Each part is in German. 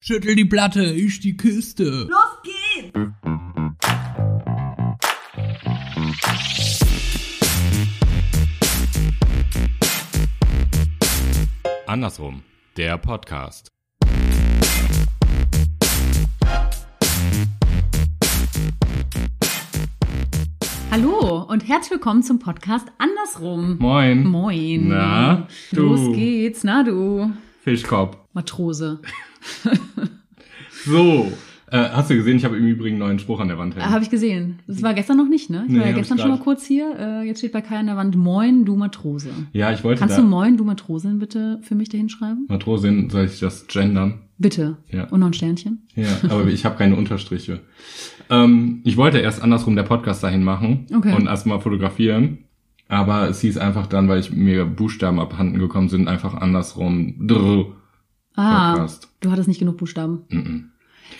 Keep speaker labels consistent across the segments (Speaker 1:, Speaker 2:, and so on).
Speaker 1: Schüttel die Platte, ich die Kiste.
Speaker 2: Los geht's!
Speaker 3: Andersrum, der Podcast.
Speaker 4: Hallo und herzlich willkommen zum Podcast Andersrum.
Speaker 3: Moin.
Speaker 4: Moin.
Speaker 3: Na, du.
Speaker 4: Los geht's, na du.
Speaker 3: Fischkopf.
Speaker 4: Matrose.
Speaker 3: So, äh, hast du gesehen, ich habe im Übrigen einen neuen Spruch an der Wand
Speaker 4: Äh,
Speaker 3: hängen.
Speaker 4: Habe ich gesehen. Das war gestern noch nicht, ne? Ich
Speaker 3: Nee,
Speaker 4: war ja
Speaker 3: hab ich
Speaker 4: gestern schon
Speaker 3: grad.
Speaker 4: mal kurz hier. Äh, jetzt steht bei Kai an der Wand Moin, du Matrose.
Speaker 3: ja, ich wollte
Speaker 4: Kannst
Speaker 3: da...
Speaker 4: du Moin, du Matrosin bitte für mich dahin schreiben?
Speaker 3: Matrosin, soll ich das gendern?
Speaker 4: Bitte.
Speaker 3: Ja.
Speaker 4: Und noch ein Sternchen.
Speaker 3: Ja, aber ich habe keine Unterstriche. Ähm, ich wollte erst andersrum der Podcast dahin machen
Speaker 4: Okay.
Speaker 3: und erstmal fotografieren. Aber es hieß einfach dann, weil ich mir Buchstaben abhanden gekommen sind, einfach andersrum. Drr,
Speaker 4: Ah,
Speaker 3: Podcast.
Speaker 4: du hattest nicht genug Buchstaben.
Speaker 3: Mm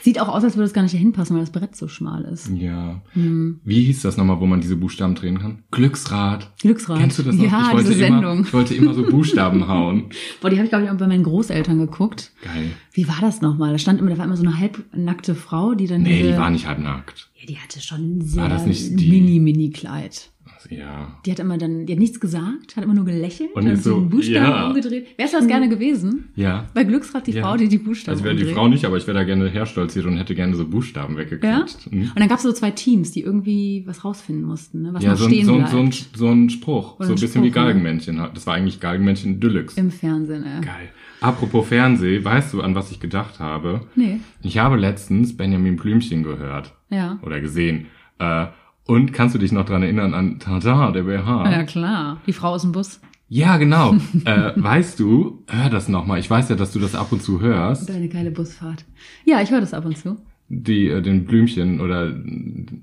Speaker 4: Sieht auch aus, als würde es gar nicht dahin passen, weil das Brett so schmal ist.
Speaker 3: -mm. Ja.
Speaker 4: Hm.
Speaker 3: Wie hieß das nochmal, wo man diese Buchstaben drehen kann? Glücksrad.
Speaker 4: Glücksrad.
Speaker 3: Kennst du das noch?
Speaker 4: Ja, diese
Speaker 3: Immer,
Speaker 4: Sendung.
Speaker 3: ich wollte immer so Buchstaben hauen.
Speaker 4: Boah, die habe ich, glaube ich, auch bei meinen Großeltern geguckt.
Speaker 3: Geil.
Speaker 4: Wie war das nochmal? Da stand immer, da war immer so eine halbnackte Frau, die dann.
Speaker 3: Nee,
Speaker 4: diese-
Speaker 3: die war nicht halbnackt.
Speaker 4: Ja, die hatte schon ein sehr
Speaker 3: War das nicht die-
Speaker 4: mini-mini-Kleid.
Speaker 3: Ja.
Speaker 4: Die hat immer dann, die hat nichts gesagt, hat immer nur gelächelt
Speaker 3: Und
Speaker 4: hat
Speaker 3: ist so,
Speaker 4: den Buchstaben
Speaker 3: ja.
Speaker 4: umgedreht. Wärst du das gerne gewesen?
Speaker 3: Ja.
Speaker 4: Bei Glücksrad die
Speaker 3: Ja.
Speaker 4: Frau, die die Buchstaben
Speaker 3: Also wäre die
Speaker 4: umdreht.
Speaker 3: Frau nicht, aber ich wäre da gerne herstolziert und hätte gerne so Buchstaben weggekriegt. Ja,
Speaker 4: Und dann gab es so zwei Teams, die irgendwie was rausfinden mussten, ne? was
Speaker 3: ja
Speaker 4: noch
Speaker 3: so, ein,
Speaker 4: stehen
Speaker 3: so, ein,
Speaker 4: bleibt
Speaker 3: so, ein, so ein Spruch.
Speaker 4: Oder
Speaker 3: so ein
Speaker 4: ein
Speaker 3: bisschen
Speaker 4: Spruch,
Speaker 3: wie
Speaker 4: ne?
Speaker 3: Galgenmännchen. Das war eigentlich Galgenmännchen Deluxe.
Speaker 4: im Fernsehen. Ey.
Speaker 3: Geil. Apropos Fernseh, weißt du, an was ich gedacht habe?
Speaker 4: Nee,
Speaker 3: Ich habe letztens Benjamin Blümchen gehört
Speaker 4: ja.
Speaker 3: oder gesehen. Äh, und kannst du dich noch dran erinnern an Tata, der BH?
Speaker 4: Ja klar, die Frau aus dem Bus.
Speaker 3: Ja, genau. äh, weißt du, hör das nochmal. Ich weiß ja, dass du das ab und zu hörst.
Speaker 4: Deine geile Busfahrt. Ja, ich höre das ab und zu.
Speaker 3: Die, äh, den Blümchen oder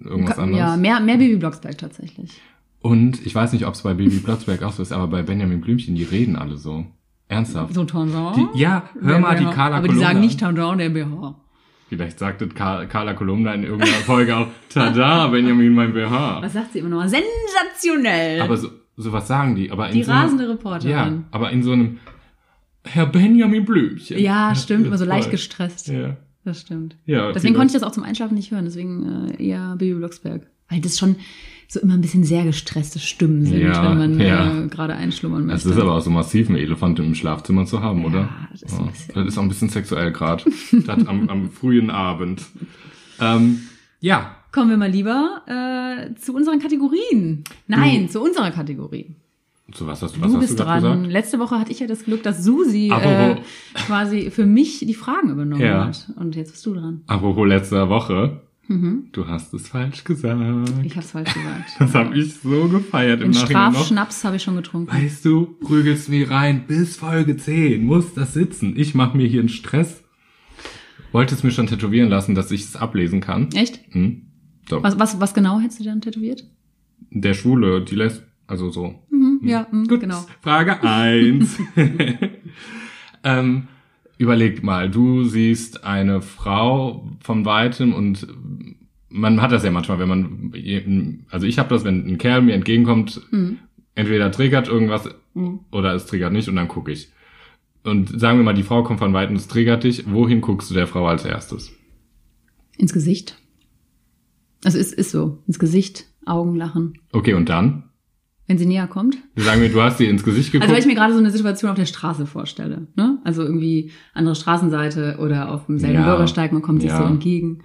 Speaker 3: irgendwas anderes.
Speaker 4: Ja, mehr, mehr Baby Blocksberg tatsächlich.
Speaker 3: Und ich weiß nicht, ob es bei Baby Blocksberg auch so ist, aber bei Benjamin Blümchen, die reden alle so. Ernsthaft.
Speaker 4: So Tondron.
Speaker 3: Die, ja, hör mal die Carla
Speaker 4: Aber die sagen
Speaker 3: Kolumna.
Speaker 4: nicht Tondron, der BH.
Speaker 3: Vielleicht sagte Ka- Carla Kolumna in irgendeiner Folge auch, tada, Benjamin, mein BH.
Speaker 4: Was sagt sie immer noch? mal? Sensationell!
Speaker 3: Aber so, sowas sagen die. Aber in
Speaker 4: die
Speaker 3: so
Speaker 4: rasende
Speaker 3: einem, Ja,
Speaker 4: Reporterin.
Speaker 3: aber in so einem, Herr Benjamin Blümchen.
Speaker 4: Ja, stimmt, immer so leicht
Speaker 3: voll.
Speaker 4: gestresst.
Speaker 3: Ja.
Speaker 4: Das stimmt.
Speaker 3: Ja,
Speaker 4: Deswegen konnte
Speaker 3: vielleicht-
Speaker 4: ich das auch zum Einschlafen nicht hören, deswegen äh, eher Baby Blocksberg. Weil das schon so immer ein bisschen sehr gestresste Stimmen sind,
Speaker 3: Ja,
Speaker 4: wenn man
Speaker 3: ja.
Speaker 4: äh, gerade einschlummern
Speaker 3: Es
Speaker 4: möchte.
Speaker 3: ist aber auch so massiv, einen Elefant im Schlafzimmer zu haben, oder?
Speaker 4: das ist ein bisschen-
Speaker 3: das ist auch ein bisschen sexuell gerade. das am, am frühen Abend. Ähm, ja,
Speaker 4: Kommen wir mal lieber äh, zu unseren Kategorien. Nein, zu unserer Kategorie.
Speaker 3: zu was hast du, was hast
Speaker 4: Du
Speaker 3: du
Speaker 4: bist
Speaker 3: gerade
Speaker 4: dran.
Speaker 3: gesagt?
Speaker 4: Letzte Woche hatte ich ja das Glück, dass Susi äh,
Speaker 3: Apropos.
Speaker 4: quasi für mich die Fragen übernommen
Speaker 3: Ja.
Speaker 4: hat. Und jetzt bist du dran.
Speaker 3: Apropos letzter Woche.
Speaker 4: Mhm.
Speaker 3: Du hast es falsch gesagt.
Speaker 4: Ich hab's falsch gesagt.
Speaker 3: Das habe ich so gefeiert im
Speaker 4: Den
Speaker 3: Nachhinein noch. Ah,
Speaker 4: Strafschnaps habe ich schon getrunken.
Speaker 3: Weißt du, prügelst mir rein bis Folge 10. Muss das sitzen. Ich mache mir hier einen Stress. Wolltest mir schon tätowieren lassen, dass ich es ablesen kann.
Speaker 4: Echt?
Speaker 3: Hm? So.
Speaker 4: Was, was, was genau hättest du dann tätowiert?
Speaker 3: Der Schwule, die lässt... Also so.
Speaker 4: Mhm, Ja, mhm, genau.
Speaker 3: Frage eins. ähm, überleg mal, du siehst eine Frau von weitem und man hat das ja manchmal, wenn man, also ich habe das, wenn ein Kerl mir entgegenkommt,
Speaker 4: Mhm.
Speaker 3: entweder triggert irgendwas
Speaker 4: Hm.
Speaker 3: oder es triggert nicht und dann gucke ich. Und sagen wir mal, die Frau kommt von weitem, es triggert dich. Wohin guckst du der Frau als erstes?
Speaker 4: Ins Gesicht. Also ist, ist so. Ins Gesicht, Augen lachen.
Speaker 3: Okay, und dann?
Speaker 4: Wenn sie näher kommt.
Speaker 3: Sagen wir, du hast sie ins Gesicht geguckt.
Speaker 4: Also weil ich mir gerade so eine Situation auf der Straße vorstelle. Ne? Also irgendwie andere Straßenseite oder auf dem selben
Speaker 3: Ja.
Speaker 4: Bürgersteig, man kommt sich
Speaker 3: Ja.
Speaker 4: so entgegen.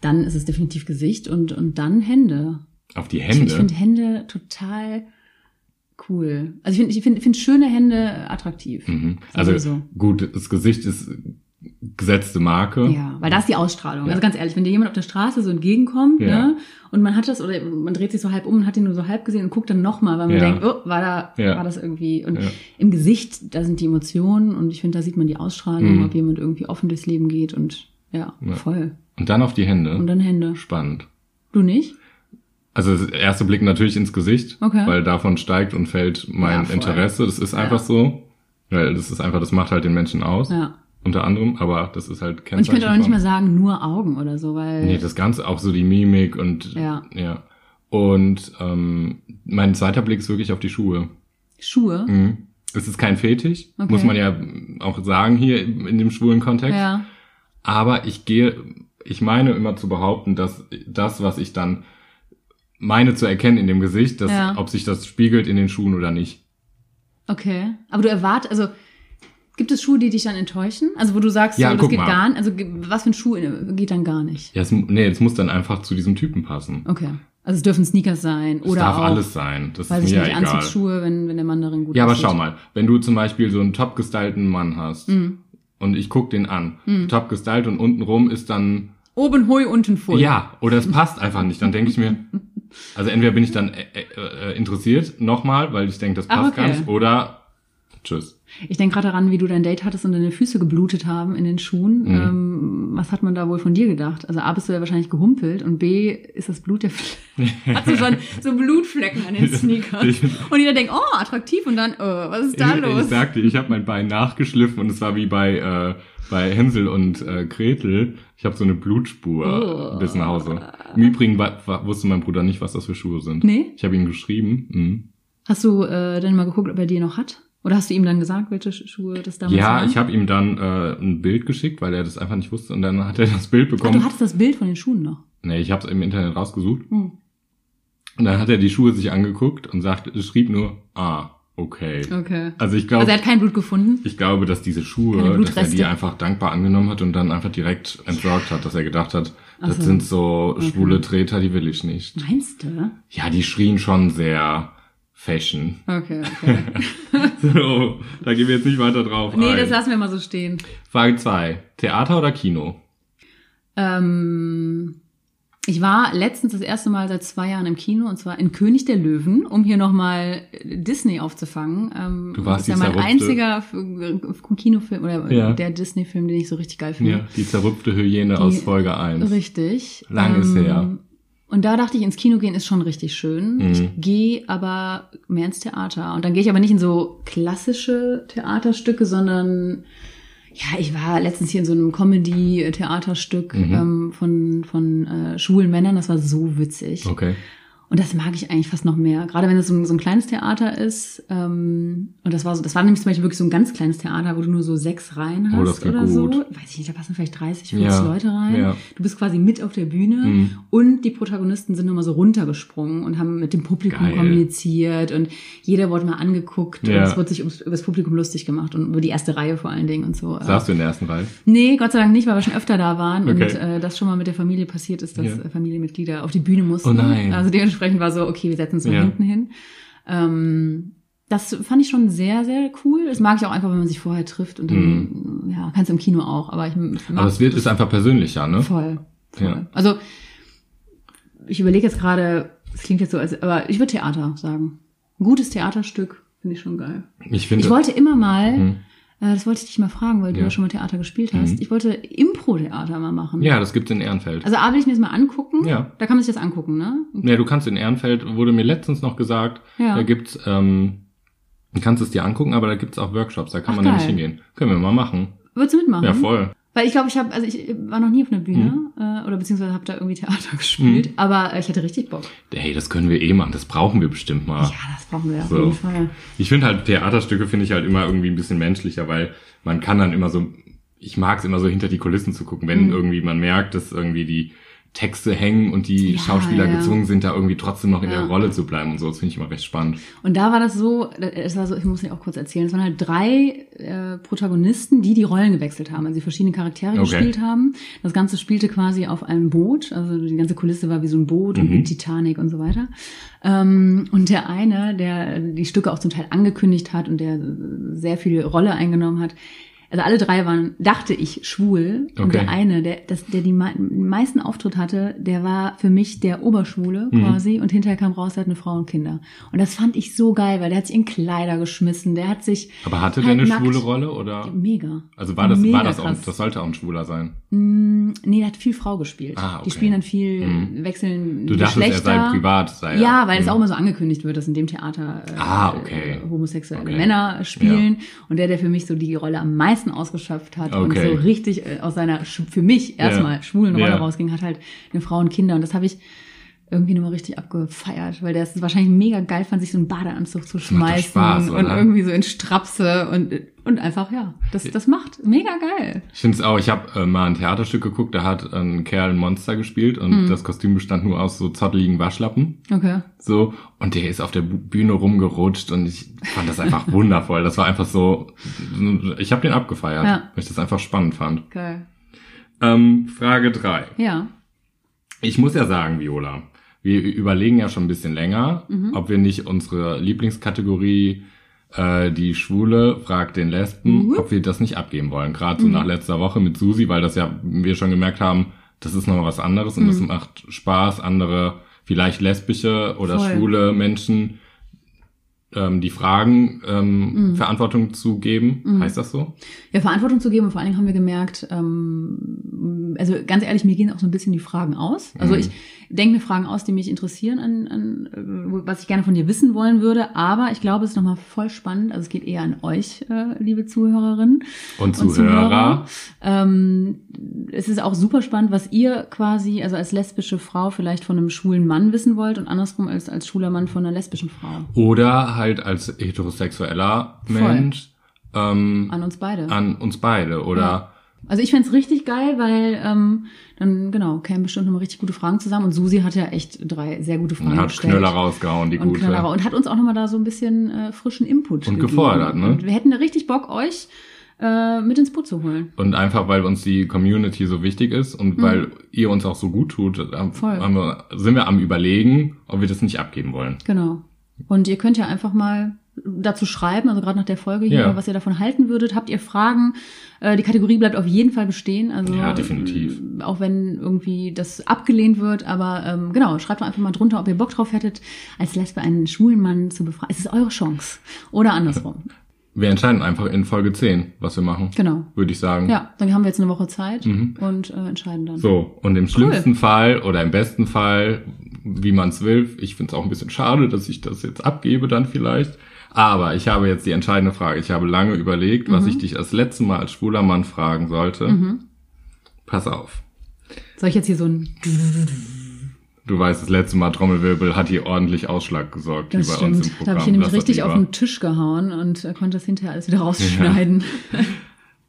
Speaker 4: Dann ist es definitiv Gesicht und, und dann Hände. Also
Speaker 3: Auf die
Speaker 4: Ich,
Speaker 3: Hände.
Speaker 4: ich finde Hände total cool. Also ich finde ich find, find schöne Hände attraktiv.
Speaker 3: Mhm. Also
Speaker 4: Sowieso.
Speaker 3: gut, das Gesicht ist gesetzte Marke.
Speaker 4: Ja, weil das ist die Ausstrahlung.
Speaker 3: Hm? Ja.
Speaker 4: Also ganz ehrlich, wenn dir jemand auf der Straße so entgegenkommt,
Speaker 3: Ja.
Speaker 4: ne, und man hat das oder man dreht sich so halb um und hat ihn nur so halb gesehen und guckt dann nochmal, weil man
Speaker 3: Ja.
Speaker 4: denkt, oh, war da,
Speaker 3: Ja.
Speaker 4: war das irgendwie. Und
Speaker 3: Ja.
Speaker 4: im Gesicht, da sind die Emotionen und ich finde, da sieht man die Ausstrahlung,
Speaker 3: Mhm.
Speaker 4: ob jemand irgendwie offen durchs Leben geht und ja,
Speaker 3: Ja.
Speaker 4: voll.
Speaker 3: Und dann auf die Hände.
Speaker 4: Und dann Hände.
Speaker 3: Spannend.
Speaker 4: Du nicht?
Speaker 3: Also das erste Blick natürlich ins Gesicht,
Speaker 4: Okay.
Speaker 3: weil davon steigt und fällt mein
Speaker 4: Ja, voll.
Speaker 3: Interesse. Das ist einfach
Speaker 4: Ja.
Speaker 3: so. Weil das ist einfach, das macht halt den Menschen aus.
Speaker 4: Ja.
Speaker 3: Unter anderem, aber das ist halt
Speaker 4: Und ich könnte auch
Speaker 3: Kennzeichen
Speaker 4: nicht mehr
Speaker 3: von-
Speaker 4: sagen, nur Augen oder so, weil.
Speaker 3: Nee, das Ganze, auch so die Mimik und
Speaker 4: Ja.
Speaker 3: ja. Und ähm, mein zweiter Blick ist wirklich auf die Schuhe.
Speaker 4: Schuhe.
Speaker 3: Mhm. Es ist kein Fetisch,
Speaker 4: Okay.
Speaker 3: Mhm. muss man ja auch sagen hier in dem schwulen Kontext.
Speaker 4: Ja.
Speaker 3: Aber ich gehe, ich meine immer zu behaupten, dass das, was ich dann meine zu erkennen in dem Gesicht, dass,
Speaker 4: Ja.
Speaker 3: ob sich das spiegelt in den Schuhen oder nicht.
Speaker 4: Okay. Aber du erwartest, also gibt es Schuhe, die dich dann enttäuschen? Also wo du sagst,
Speaker 3: Ja,
Speaker 4: so, das
Speaker 3: guck
Speaker 4: geht
Speaker 3: mal.
Speaker 4: gar nicht. Also ge- was für ein Schuh in- geht dann gar nicht?
Speaker 3: Ja, es, mu- nee, es muss dann einfach zu diesem Typen passen.
Speaker 4: Okay. Also es dürfen Sneakers sein
Speaker 3: es
Speaker 4: oder
Speaker 3: darf
Speaker 4: auch,
Speaker 3: alles sein. Das
Speaker 4: weiß
Speaker 3: ist
Speaker 4: ich
Speaker 3: mir
Speaker 4: nicht,
Speaker 3: ja egal.
Speaker 4: Anzugsschuhe, wenn, wenn der Mann darin gut
Speaker 3: Ja, aber
Speaker 4: aussieht.
Speaker 3: schau mal, wenn du zum Beispiel so einen top gestylten Mann hast
Speaker 4: Mhm.
Speaker 3: und ich guck den an, top gestylt und untenrum ist dann
Speaker 4: Oben hui, unten voll.
Speaker 3: ja oder es passt einfach nicht. Dann denke ich mir, also entweder bin ich dann äh, äh, äh, interessiert nochmal, weil ich denke, das
Speaker 4: Ach,
Speaker 3: passt gar
Speaker 4: okay.
Speaker 3: nicht, oder tschüss.
Speaker 4: Ich denke gerade daran, wie du dein Date hattest und deine Füße geblutet haben in den Schuhen.
Speaker 3: Mhm.
Speaker 4: Ähm, was hat man da wohl von dir gedacht? Also A, bist du ja wahrscheinlich gehumpelt und B, ist das Blut der Hast du schon so Blutflecken an den Sneakers?
Speaker 3: Ich-
Speaker 4: Und jeder denkt, oh, attraktiv und dann, oh, was ist da
Speaker 3: ich,
Speaker 4: los?
Speaker 3: ich sagte, ich habe mein Bein nachgeschliffen und es war wie bei äh, bei Hänsel und äh, Gretel. Ich habe so eine Blutspur
Speaker 4: Oh.
Speaker 3: bis nach Hause. Im Übrigen wa- wa- wusste mein Bruder nicht, was das für Schuhe sind.
Speaker 4: Nee?
Speaker 3: Ich habe ihm geschrieben. Mhm.
Speaker 4: Hast du äh, dann mal geguckt, ob er die noch hat? Oder hast du ihm dann gesagt, welche Sch- Schuhe das damals
Speaker 3: Ja,
Speaker 4: waren?
Speaker 3: ich habe ihm dann äh, ein Bild geschickt, weil er das einfach nicht wusste und dann hat er das Bild
Speaker 4: Ach, du
Speaker 3: bekommen.
Speaker 4: hattest das Bild von den Schuhen noch.
Speaker 3: nee, ich habe es im Internet rausgesucht
Speaker 4: Hm.
Speaker 3: und dann hat er die Schuhe sich angeguckt und sagt, schrieb nur, ah, okay.
Speaker 4: Okay.
Speaker 3: Also ich
Speaker 4: Also
Speaker 3: glaube,
Speaker 4: er hat kein Blut gefunden.
Speaker 3: ich glaube, dass diese
Speaker 4: Keine
Speaker 3: Schuhe, dass er die
Speaker 4: Blutreste.
Speaker 3: einfach dankbar angenommen hat und dann einfach direkt entsorgt hat, dass er gedacht hat, das
Speaker 4: so. Mhm.
Speaker 3: sind so schwule Treter, die will ich nicht.
Speaker 4: Meinst du?
Speaker 3: Ja, die schrien schon sehr Fashion.
Speaker 4: Okay, okay.
Speaker 3: So, da gehen wir jetzt nicht weiter drauf.
Speaker 4: nee,
Speaker 3: ein.
Speaker 4: das lassen wir mal so stehen.
Speaker 3: Frage zwei: Theater oder Kino?
Speaker 4: Ähm, ich war letztens das erste Mal seit zwei Jahren im Kino und zwar in König der Löwen, um hier nochmal Disney aufzufangen. Ähm,
Speaker 3: Du warst
Speaker 4: das ist ja
Speaker 3: die
Speaker 4: mein einziger F- F- Kinofilm oder
Speaker 3: Ja.
Speaker 4: der Disney-Film, den ich so richtig geil finde.
Speaker 3: Ja, die zerrüppte Hyäne aus Folge 1.
Speaker 4: Richtig. Ähm,
Speaker 3: Lang ist her.
Speaker 4: Und da dachte ich, ins Kino gehen ist schon richtig schön.
Speaker 3: Mhm.
Speaker 4: Ich gehe aber mehr ins Theater. Und dann gehe ich aber nicht in so klassische Theaterstücke, sondern ja, ich war letztens hier in so einem Comedy-Theaterstück
Speaker 3: Mhm.
Speaker 4: ähm, von, von äh, schwulen Männern. Das war so witzig.
Speaker 3: Okay.
Speaker 4: Und das mag ich eigentlich fast noch mehr. Gerade wenn es so, ein- so ein kleines Theater ist. Ähm, und das war so, das war nämlich zum Beispiel wirklich so ein ganz kleines Theater, wo du nur so sechs Reihen
Speaker 3: Oh,
Speaker 4: hast
Speaker 3: das klingt
Speaker 4: oder so.
Speaker 3: gut.
Speaker 4: Weiß ich nicht, da passen vielleicht 30, 40
Speaker 3: Ja,
Speaker 4: Leute rein.
Speaker 3: ja.
Speaker 4: Du bist quasi mit auf der Bühne
Speaker 3: Mhm.
Speaker 4: und die Protagonisten sind nochmal so runtergesprungen und haben mit dem Publikum
Speaker 3: Geil.
Speaker 4: kommuniziert und jeder wurde mal angeguckt
Speaker 3: Ja.
Speaker 4: und es wurde sich ums, über das Publikum lustig gemacht und über die erste Reihe vor allen Dingen und so.
Speaker 3: Saßt du in der ersten Reihe?
Speaker 4: Nee, Gott sei Dank nicht, weil wir schon öfter da waren
Speaker 3: Okay.
Speaker 4: und äh, das schon mal mit der Familie passiert ist, dass
Speaker 3: Ja.
Speaker 4: äh, Familienmitglieder auf die Bühne mussten.
Speaker 3: Oh nein.
Speaker 4: Also dementsprechend war so, okay, wir setzen uns mal
Speaker 3: Ja.
Speaker 4: hinten hin. Ähm, das fand ich schon sehr, sehr cool. Das mag ich auch einfach, wenn man sich vorher trifft und dann, ja, kannst du im Kino auch, aber ich mag
Speaker 3: Mhm. Aber es wird, ist einfach persönlicher, ne?
Speaker 4: voll. voll.
Speaker 3: Ja.
Speaker 4: Also ich überlege jetzt gerade, es klingt jetzt so, als, aber ich würde Theater sagen. Ein gutes Theaterstück finde ich schon geil.
Speaker 3: Ich finde,
Speaker 4: Ich wollte immer mal,
Speaker 3: Mhm.
Speaker 4: äh, das wollte ich dich mal fragen, weil du
Speaker 3: Ja. Hm.
Speaker 4: ja schon mal Theater gespielt hast. Ich wollte Impro-Theater mal machen.
Speaker 3: ja, das gibt's in Ehrenfeld.
Speaker 4: Also A will ich mir das mal angucken.
Speaker 3: Ja.
Speaker 4: Da kann man sich das angucken, ne?
Speaker 3: ja, du kannst in Ehrenfeld, wurde mir letztens noch gesagt,
Speaker 4: Ja.
Speaker 3: da gibt's, ähm, du kannst es dir angucken, aber da gibt's auch Workshops, da kann
Speaker 4: Ach,
Speaker 3: man nämlich
Speaker 4: geil. Mhm.
Speaker 3: hingehen. Können wir mal machen.
Speaker 4: Würdest du mitmachen?
Speaker 3: Ja, voll. Hm.
Speaker 4: Weil ich glaube, ich habe, also ich war noch nie auf einer Bühne äh, oder beziehungsweise habe da irgendwie Theater gespielt, aber äh, ich hatte richtig Bock.
Speaker 3: Hey, das können wir eh machen, das brauchen wir bestimmt mal.
Speaker 4: Ja, das brauchen wir auf
Speaker 3: So.
Speaker 4: jeden Fall.
Speaker 3: Ich finde halt Theaterstücke finde ich halt immer irgendwie ein bisschen menschlicher, weil man kann dann immer so, ich mag es immer so hinter die Kulissen zu gucken,
Speaker 4: Mhm.
Speaker 3: wenn irgendwie man merkt, dass irgendwie die Texte hängen und die
Speaker 4: Ja,
Speaker 3: Schauspieler
Speaker 4: ja.
Speaker 3: gezwungen sind, da irgendwie trotzdem noch in
Speaker 4: Ja.
Speaker 3: der Rolle zu bleiben und so. Das finde ich immer recht spannend.
Speaker 4: Und da war das so, es war so, ich muss ja auch kurz erzählen, es waren halt drei äh, Protagonisten, die die Rollen gewechselt haben, also die verschiedene Charaktere
Speaker 3: Okay.
Speaker 4: gespielt haben. Das Ganze spielte quasi auf einem Boot, also die ganze Kulisse war wie so ein Boot und die Titanic und so weiter. Ähm, und der eine, der die Stücke auch zum Teil angekündigt hat und der sehr viel Rolle eingenommen hat, also alle drei waren, dachte ich, schwul. Und
Speaker 3: Okay.
Speaker 4: der eine, der, das, der die mei- den meisten Auftritt hatte, der war für mich der Oberschwule
Speaker 3: Mhm.
Speaker 4: quasi. Und hinterher kam raus, er hat eine Frau und Kinder. Und das fand ich so geil, weil der hat sich in Kleider geschmissen. Der hat sich
Speaker 3: Aber hatte
Speaker 4: halt
Speaker 3: der eine
Speaker 4: nackt-
Speaker 3: schwule Rolle oder?
Speaker 4: Mega.
Speaker 3: Also war das,
Speaker 4: Mega
Speaker 3: war das auch,
Speaker 4: krass.
Speaker 3: das sollte auch ein Schwuler sein.
Speaker 4: Mm, Nee, der hat viel Frau gespielt.
Speaker 3: Ah, okay.
Speaker 4: Die spielen dann viel,
Speaker 3: Mhm.
Speaker 4: wechseln
Speaker 3: Du dachtest, er sei
Speaker 4: Geschlechter.
Speaker 3: privat, sei er.
Speaker 4: Ja, weil es
Speaker 3: Mhm.
Speaker 4: auch immer so angekündigt wird, dass in dem Theater äh,
Speaker 3: Ah, okay.
Speaker 4: äh, homosexuelle
Speaker 3: Okay.
Speaker 4: Männer spielen. Und der, der für mich so die Rolle am meisten ausgeschöpft hat und
Speaker 3: Okay.
Speaker 4: so richtig äh, aus seiner, sch- für mich erstmal schwulen Rolle
Speaker 3: Ja.
Speaker 4: rausging, hat halt eine Frau und Kinder. Und das habe ich irgendwie nochmal richtig abgefeiert, weil der es wahrscheinlich mega geil fand, sich so einen Badeanzug zu
Speaker 3: macht doch
Speaker 4: schmeißen
Speaker 3: Spaß,
Speaker 4: und
Speaker 3: oder?
Speaker 4: irgendwie so in Strapse und, und einfach, ja, das, das macht mega geil.
Speaker 3: Ich finde es auch, ich habe äh, mal ein Theaterstück geguckt, da hat ein Kerl ein Monster gespielt
Speaker 4: Mhm.
Speaker 3: und das Kostüm bestand nur aus so zotteligen Waschlappen.
Speaker 4: Okay.
Speaker 3: So, und der ist auf der Bu- Bühne rumgerutscht und ich fand das einfach wundervoll. Das war einfach so, ich habe den abgefeiert,
Speaker 4: Ja.
Speaker 3: weil ich das einfach spannend fand.
Speaker 4: Geil.
Speaker 3: Ähm, Frage drei.
Speaker 4: Ja.
Speaker 3: Ich muss ja sagen, Viola, wir überlegen ja schon ein bisschen länger, ob wir nicht unsere Lieblingskategorie äh, die Schwule fragt den Lesben, ob wir das nicht abgeben wollen. Gerade so nach letzter Woche mit Susi, weil das ja wir schon gemerkt haben, das ist nochmal was anderes und das macht Spaß, andere vielleicht lesbische oder
Speaker 4: Voll.
Speaker 3: schwule Menschen ähm, die Fragen ähm, Verantwortung zu geben. Heißt das so?
Speaker 4: Ja, Verantwortung zu geben und vor allen Dingen haben wir gemerkt, ähm, also ganz ehrlich, mir gehen auch so ein bisschen die Fragen aus. Also
Speaker 3: Mhm.
Speaker 4: ich denke mir Fragen aus, die mich interessieren, an, an, äh, was ich gerne von dir wissen wollen würde. Aber ich glaube, es ist nochmal voll spannend. Also es geht eher an euch, äh, liebe Zuhörerinnen
Speaker 3: Und
Speaker 4: und
Speaker 3: Zuhörer.
Speaker 4: Zuhörer. Ähm, es ist auch super spannend, was ihr quasi, also als lesbische Frau vielleicht von einem schwulen Mann wissen wollt und andersrum als als schwuler Mann von einer lesbischen Frau.
Speaker 3: Oder halt als heterosexueller
Speaker 4: Voll.
Speaker 3: Mensch ähm,
Speaker 4: An uns beide.
Speaker 3: an uns beide oder
Speaker 4: Ja. Also ich fänd's richtig geil, weil ähm, dann genau kämen bestimmt nochmal richtig gute Fragen zusammen. Und Susi hat ja echt drei sehr gute Fragen
Speaker 3: hat
Speaker 4: gestellt.
Speaker 3: Knöller rausgehauen, die
Speaker 4: und
Speaker 3: gute.
Speaker 4: Knallerer. Und hat uns auch nochmal da so ein bisschen äh, frischen Input
Speaker 3: Und
Speaker 4: gegeben.
Speaker 3: gefordert, ne?
Speaker 4: Und wir hätten da richtig Bock, euch äh, mit ins Boot zu holen.
Speaker 3: Und einfach, weil uns die Community so wichtig ist und weil ihr uns auch so gut tut, äh, haben
Speaker 4: Mhm. Voll.
Speaker 3: haben wir, sind wir am überlegen, ob wir das nicht abgeben wollen.
Speaker 4: Genau. Und ihr könnt ja einfach mal dazu schreiben, also gerade nach der Folge hier,
Speaker 3: Ja.
Speaker 4: was ihr davon halten würdet. Habt ihr Fragen? Äh, die Kategorie bleibt auf jeden Fall bestehen. Also,
Speaker 3: Ja, definitiv.
Speaker 4: äh, Auch wenn irgendwie das abgelehnt wird, aber ähm, genau, schreibt doch einfach mal drunter, ob ihr Bock drauf hättet, als Lesbe einen schwulen Mann zu befragen. Es ist eure Chance. Oder andersrum.
Speaker 3: Wir entscheiden einfach in Folge 10, was wir machen,
Speaker 4: Genau.
Speaker 3: würde ich sagen.
Speaker 4: Ja, dann haben wir jetzt eine Woche Zeit und äh, entscheiden dann.
Speaker 3: Mhm. So, und im schlimmsten Fall oder im besten Fall, wie man es will, ich finde es auch ein bisschen schade, dass ich das jetzt abgebe dann vielleicht. Aber ich habe jetzt die entscheidende Frage. Ich habe lange überlegt, was
Speaker 4: Mhm.
Speaker 3: ich dich das letzte Mal als schwuler Mann fragen sollte. Pass auf.
Speaker 4: Soll ich jetzt hier so ein
Speaker 3: Du weißt, das letzte Mal Trommelwirbel hat hier ordentlich Ausschlag gesorgt
Speaker 4: Das
Speaker 3: hier bei uns
Speaker 4: stimmt.
Speaker 3: im
Speaker 4: Da
Speaker 3: Programm.
Speaker 4: habe ich ihn nämlich
Speaker 3: Lass das
Speaker 4: richtig auf
Speaker 3: lieber.
Speaker 4: den Tisch gehauen und äh, konnte das hinterher alles wieder rausschneiden.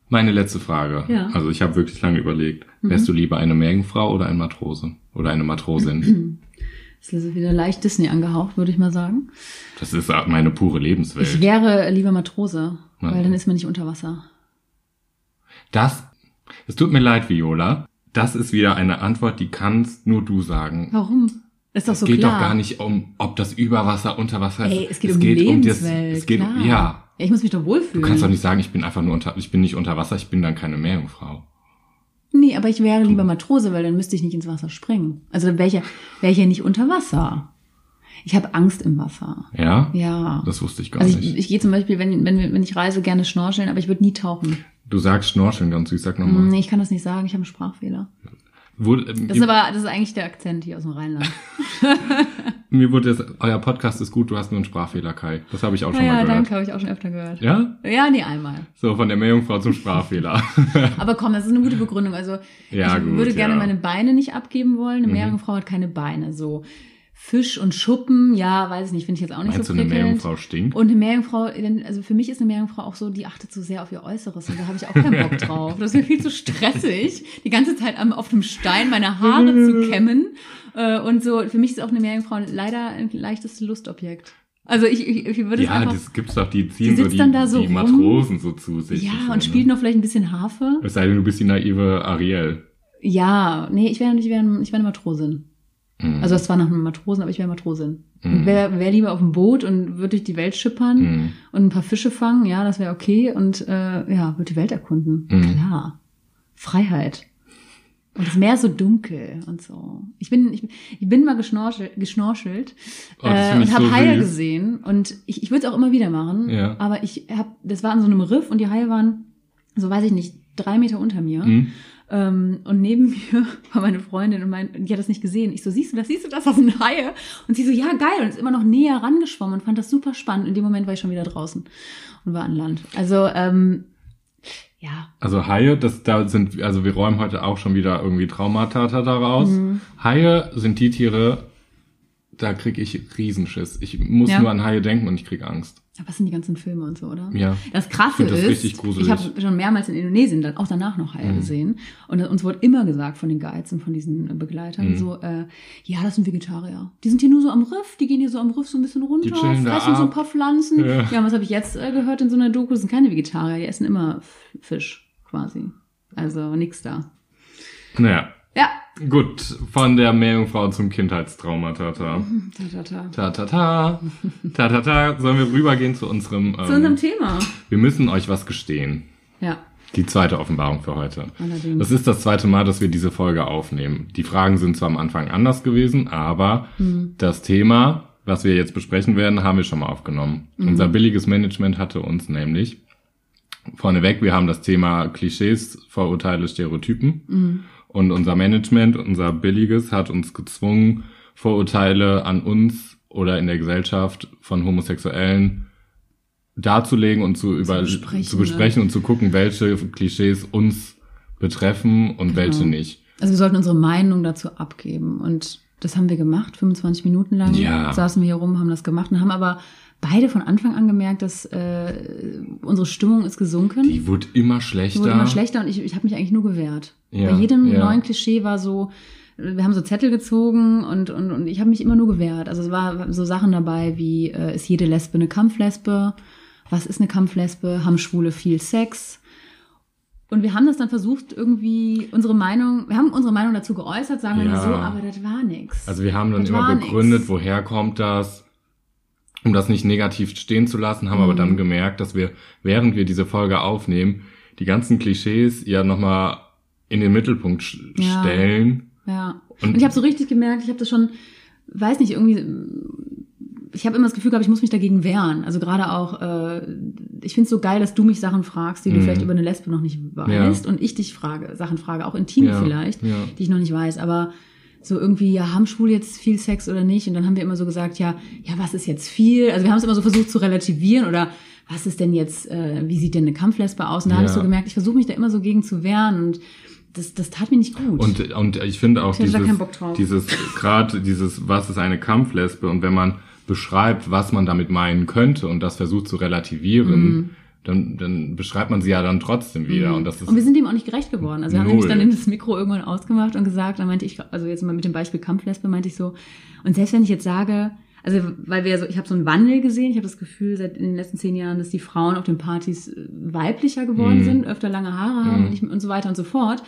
Speaker 3: Meine letzte Frage.
Speaker 4: Ja. Mhm.
Speaker 3: Also ich habe wirklich lange überlegt. Wärst du lieber eine Mägenfrau oder ein Matrose? Oder eine Matrosin?
Speaker 4: Das ist wieder leicht Disney angehaucht, würde ich mal sagen.
Speaker 3: das ist meine pure
Speaker 4: Ich
Speaker 3: Lebenswelt.
Speaker 4: wäre lieber Matrose,
Speaker 3: Ja.
Speaker 4: weil dann ist man nicht unter Wasser.
Speaker 3: Das, es tut mir leid, Viola. Das ist wieder eine Antwort, die kannst nur du sagen.
Speaker 4: Warum? Ist doch so
Speaker 3: geht
Speaker 4: klar.
Speaker 3: doch gar nicht um, ob das über Wasser, unter Wasser
Speaker 4: Ey, es geht um
Speaker 3: das-
Speaker 4: Lebenswelt.
Speaker 3: es geht, um-
Speaker 4: klar. Mhm.
Speaker 3: ja.
Speaker 4: Ich muss mich doch
Speaker 3: Du
Speaker 4: wohlfühlen.
Speaker 3: kannst doch nicht sagen, ich bin einfach nur unter, ich bin nicht unter Wasser, ich bin dann keine Meerjungfrau.
Speaker 4: Nee, aber ich wäre lieber Matrose, weil dann müsste ich nicht ins Wasser springen. Also dann wäre ich, ja, wäre ich ja nicht unter Wasser. Ich habe Angst im Wasser.
Speaker 3: Ja?
Speaker 4: Ja.
Speaker 3: Das wusste ich gar
Speaker 4: also
Speaker 3: nicht.
Speaker 4: ich, ich gehe zum Beispiel, wenn, wenn, wenn ich reise, gerne schnorcheln, aber ich würde nie tauchen.
Speaker 3: Du sagst Schnorcheln ganz süß, sag nochmal.
Speaker 4: Hm, Nee, ich kann das nicht sagen, ich habe einen Sprachfehler.
Speaker 3: Wurde, ähm,
Speaker 4: Das ist aber, das ist eigentlich der Akzent hier aus dem Rheinland.
Speaker 3: mir wurde jetzt, euer Podcast ist gut, du hast nur einen Sprachfehler, Kai. Das habe ich auch schon
Speaker 4: Naja,
Speaker 3: mal gehört.
Speaker 4: danke, habe ich auch schon öfter gehört.
Speaker 3: Ja?
Speaker 4: Ja, nee, einmal.
Speaker 3: So, von der Meerjungfrau zum Sprachfehler.
Speaker 4: Aber komm, das ist eine gute Begründung. Also
Speaker 3: Ja,
Speaker 4: ich
Speaker 3: gut,
Speaker 4: würde gerne
Speaker 3: ja. Mhm.
Speaker 4: meine Beine nicht abgeben wollen. Eine Meerjungfrau hat keine Beine. So Fisch und Schuppen, ja, weiß ich nicht, finde ich jetzt auch nicht
Speaker 3: Meinst
Speaker 4: so
Speaker 3: du, eine
Speaker 4: prickelnd.
Speaker 3: Meerjungfrau stinkt?
Speaker 4: und eine Meerjungfrau, denn- also für mich ist eine Meerjungfrau auch so, die achtet so sehr auf ihr Äußeres und da habe ich auch keinen Bock drauf. Das ist mir viel zu stressig, die ganze Zeit am, auf dem Stein meine Haare zu kämmen. Äh, Und so, für mich ist auch eine Meerjungfrau leider ein leichtes Lustobjekt. Also ich, ich, ich würde es
Speaker 3: ja,
Speaker 4: einfach...
Speaker 3: das gibt's doch, die ziehen
Speaker 4: Die
Speaker 3: so,
Speaker 4: sitzt
Speaker 3: die,
Speaker 4: dann da so
Speaker 3: die
Speaker 4: rum.
Speaker 3: Matrosen so zu sich.
Speaker 4: ja,
Speaker 3: so,
Speaker 4: und spielt
Speaker 3: ne?
Speaker 4: noch vielleicht ein bisschen Harfe.
Speaker 3: Es sei denn, du bist die naive Ariel.
Speaker 4: Ja, nee, ich wäre ich wär, ich wär eine Matrosin.
Speaker 3: Mhm.
Speaker 4: Also es war nach einem Matrosen, aber ich wäre Matrosin. Und Wäre wär lieber auf dem Boot und würde durch die Welt schippern
Speaker 3: Mhm.
Speaker 4: und ein paar Fische fangen, ja, das wäre okay. Und äh, ja, würde die Welt erkunden.
Speaker 3: Mhm.
Speaker 4: Klar. Freiheit. Und das Meer ist so dunkel und so. Ich bin, ich, bin- ich bin mal geschnorchelt, geschnorchelt
Speaker 3: Oh, das
Speaker 4: äh,
Speaker 3: find ich
Speaker 4: und habe
Speaker 3: so
Speaker 4: Haie
Speaker 3: süß.
Speaker 4: gesehen. Und ich, ich würde es auch immer wieder machen.
Speaker 3: Ja.
Speaker 4: Aber ich hab, das war an so einem Riff und die Haie waren, so weiß ich nicht, drei Meter unter mir.
Speaker 3: Mhm.
Speaker 4: Ähm, und neben mir war meine Freundin und mein, die hat das nicht gesehen. Ich so, siehst du das, siehst du das, das sind Haie. Und sie so, ja, geil. Und ist immer noch näher rangeschwommen und fand das super spannend. In dem Moment war ich schon wieder draußen und war an Land. Also, ähm, ja.
Speaker 3: Also Haie, das da sind,
Speaker 4: Mhm.
Speaker 3: also wir räumen heute auch schon wieder irgendwie Traumata daraus. Haie sind die Tiere, da krieg ich Riesenschiss. Ich muss
Speaker 4: Ja.
Speaker 3: nur an Haie denken und ich krieg Angst.
Speaker 4: Aber was sind die ganzen Filme und so, oder?
Speaker 3: Ja.
Speaker 4: Das Krasse
Speaker 3: Ich find das
Speaker 4: ist,
Speaker 3: richtig gruselig. Mhm.
Speaker 4: ich habe schon mehrmals in Indonesien, dann auch danach noch Haie gesehen. Und uns wurde immer gesagt von den Guides und von diesen äh, Begleitern
Speaker 3: Mhm.
Speaker 4: so, äh, ja, das sind Vegetarier. Die sind hier nur so am Riff, die gehen hier so am Riff so ein bisschen runter,
Speaker 3: chillen
Speaker 4: fressen
Speaker 3: da
Speaker 4: so ein
Speaker 3: ab.
Speaker 4: paar Pflanzen.
Speaker 3: Ja.
Speaker 4: Ja, und was habe ich jetzt äh, gehört in so einer Doku? Das sind keine Vegetarier, die essen immer F- Fisch quasi. Also nix da.
Speaker 3: Naja.
Speaker 4: Ja,
Speaker 3: Gut, von der Meerjungfrau zum Kindheitstrauma, Tata.
Speaker 4: ta, ta, ta.
Speaker 3: Ta ta ta. Ta ta ta. Sollen wir rübergehen zu unserem. Ähm,
Speaker 4: zu unserem Thema.
Speaker 3: wir müssen euch was gestehen.
Speaker 4: Ja,
Speaker 3: Die zweite Offenbarung für heute.
Speaker 4: Allerdings.
Speaker 3: Das ist das zweite Mal, dass wir diese Folge aufnehmen. Die Fragen sind zwar am Anfang anders gewesen, aber das Thema, was wir jetzt besprechen werden, haben wir schon mal aufgenommen. Unser billiges Management hatte uns nämlich vorneweg, wir haben das Thema Klischees, Vorurteile, Stereotypen. Und unser Management, unser billiges, hat uns gezwungen, Vorurteile an uns oder in der Gesellschaft von Homosexuellen darzulegen und zu, über,
Speaker 4: besprechen, ne?
Speaker 3: zu besprechen und zu gucken, welche Klischees uns betreffen
Speaker 4: Genau.
Speaker 3: und welche nicht.
Speaker 4: also wir sollten unsere Meinung dazu abgeben. Und das haben wir gemacht, 25 Minuten lang
Speaker 3: Ja.
Speaker 4: saßen wir hier rum, haben das gemacht und haben aber beide von Anfang an gemerkt, dass äh, unsere Stimmung ist gesunken.
Speaker 3: Die wurde immer
Speaker 4: Die
Speaker 3: schlechter.
Speaker 4: wurde immer schlechter und ich, ich habe mich eigentlich nur gewehrt.
Speaker 3: Ja,
Speaker 4: Bei jedem
Speaker 3: ja.
Speaker 4: neuen Klischee war so, äh, wir haben so Zettel gezogen und, und, und ich habe mich immer nur gewehrt. Also es war so Sachen dabei wie, äh, ist jede Lesbe eine Kampflesbe? Was ist eine Kampflesbe? Haben Schwule viel Sex? Und wir haben das dann versucht, irgendwie unsere Meinung, wir haben unsere Meinung dazu geäußert, sagen wir
Speaker 3: Ja.
Speaker 4: mal so, aber das war nix.
Speaker 3: Also wir haben dann
Speaker 4: Das
Speaker 3: immer
Speaker 4: war
Speaker 3: begründet,
Speaker 4: nix.
Speaker 3: woher kommt das, um das nicht negativ stehen zu lassen, haben aber
Speaker 4: Mhm.
Speaker 3: dann gemerkt, dass wir, während wir diese Folge aufnehmen, die ganzen Klischees ja nochmal in den Mittelpunkt sch-
Speaker 4: Ja.
Speaker 3: stellen.
Speaker 4: Ja.
Speaker 3: Und-
Speaker 4: Und, ich habe so richtig gemerkt, ich habe das schon, weiß nicht, irgendwie, ich habe immer das Gefühl gehabt, ich muss mich dagegen wehren. Also gerade auch, äh, ich finde es so geil, dass du mich Sachen fragst, die du
Speaker 3: Mhm.
Speaker 4: vielleicht über eine Lesbe noch nicht weißt und ich dich frage, Sachen frage, auch intim
Speaker 3: Ja,
Speaker 4: vielleicht,
Speaker 3: ja.
Speaker 4: die ich noch nicht weiß, aber so irgendwie, ja, haben Schwule jetzt viel Sex oder nicht? Und dann haben wir immer so gesagt, ja, ja, was ist jetzt viel? Also wir haben es immer so versucht zu relativieren oder was ist denn jetzt, äh, wie sieht denn eine Kampflesbe aus? Und da habe ich
Speaker 3: Ja.
Speaker 4: so gemerkt, ich versuche mich da immer so gegen zu wehren und das, das tat mir nicht gut.
Speaker 3: Und, und ich finde auch
Speaker 4: Ich hätte da
Speaker 3: dieses,
Speaker 4: keinen Bock drauf.
Speaker 3: dieses gerade dieses, was ist eine Kampflesbe und wenn man beschreibt, was man damit meinen könnte und das versucht zu relativieren,
Speaker 4: Mhm.
Speaker 3: dann, dann beschreibt man sie ja dann trotzdem wieder. Und das ist
Speaker 4: Und wir sind dem auch nicht gerecht geworden. Also wir haben
Speaker 3: Null.
Speaker 4: nämlich dann in das Mikro irgendwann ausgemacht und gesagt, dann meinte ich, also jetzt mal mit dem Beispiel Kampflesbe meinte ich so, und selbst wenn ich jetzt sage, also weil wir so, ich habe so einen Wandel gesehen, ich habe das Gefühl seit in den letzten zehn Jahren, dass die Frauen auf den Partys äh, weiblicher geworden
Speaker 3: Mhm.
Speaker 4: sind, öfter lange Haare haben
Speaker 3: Mhm.
Speaker 4: nicht- und so weiter und so fort.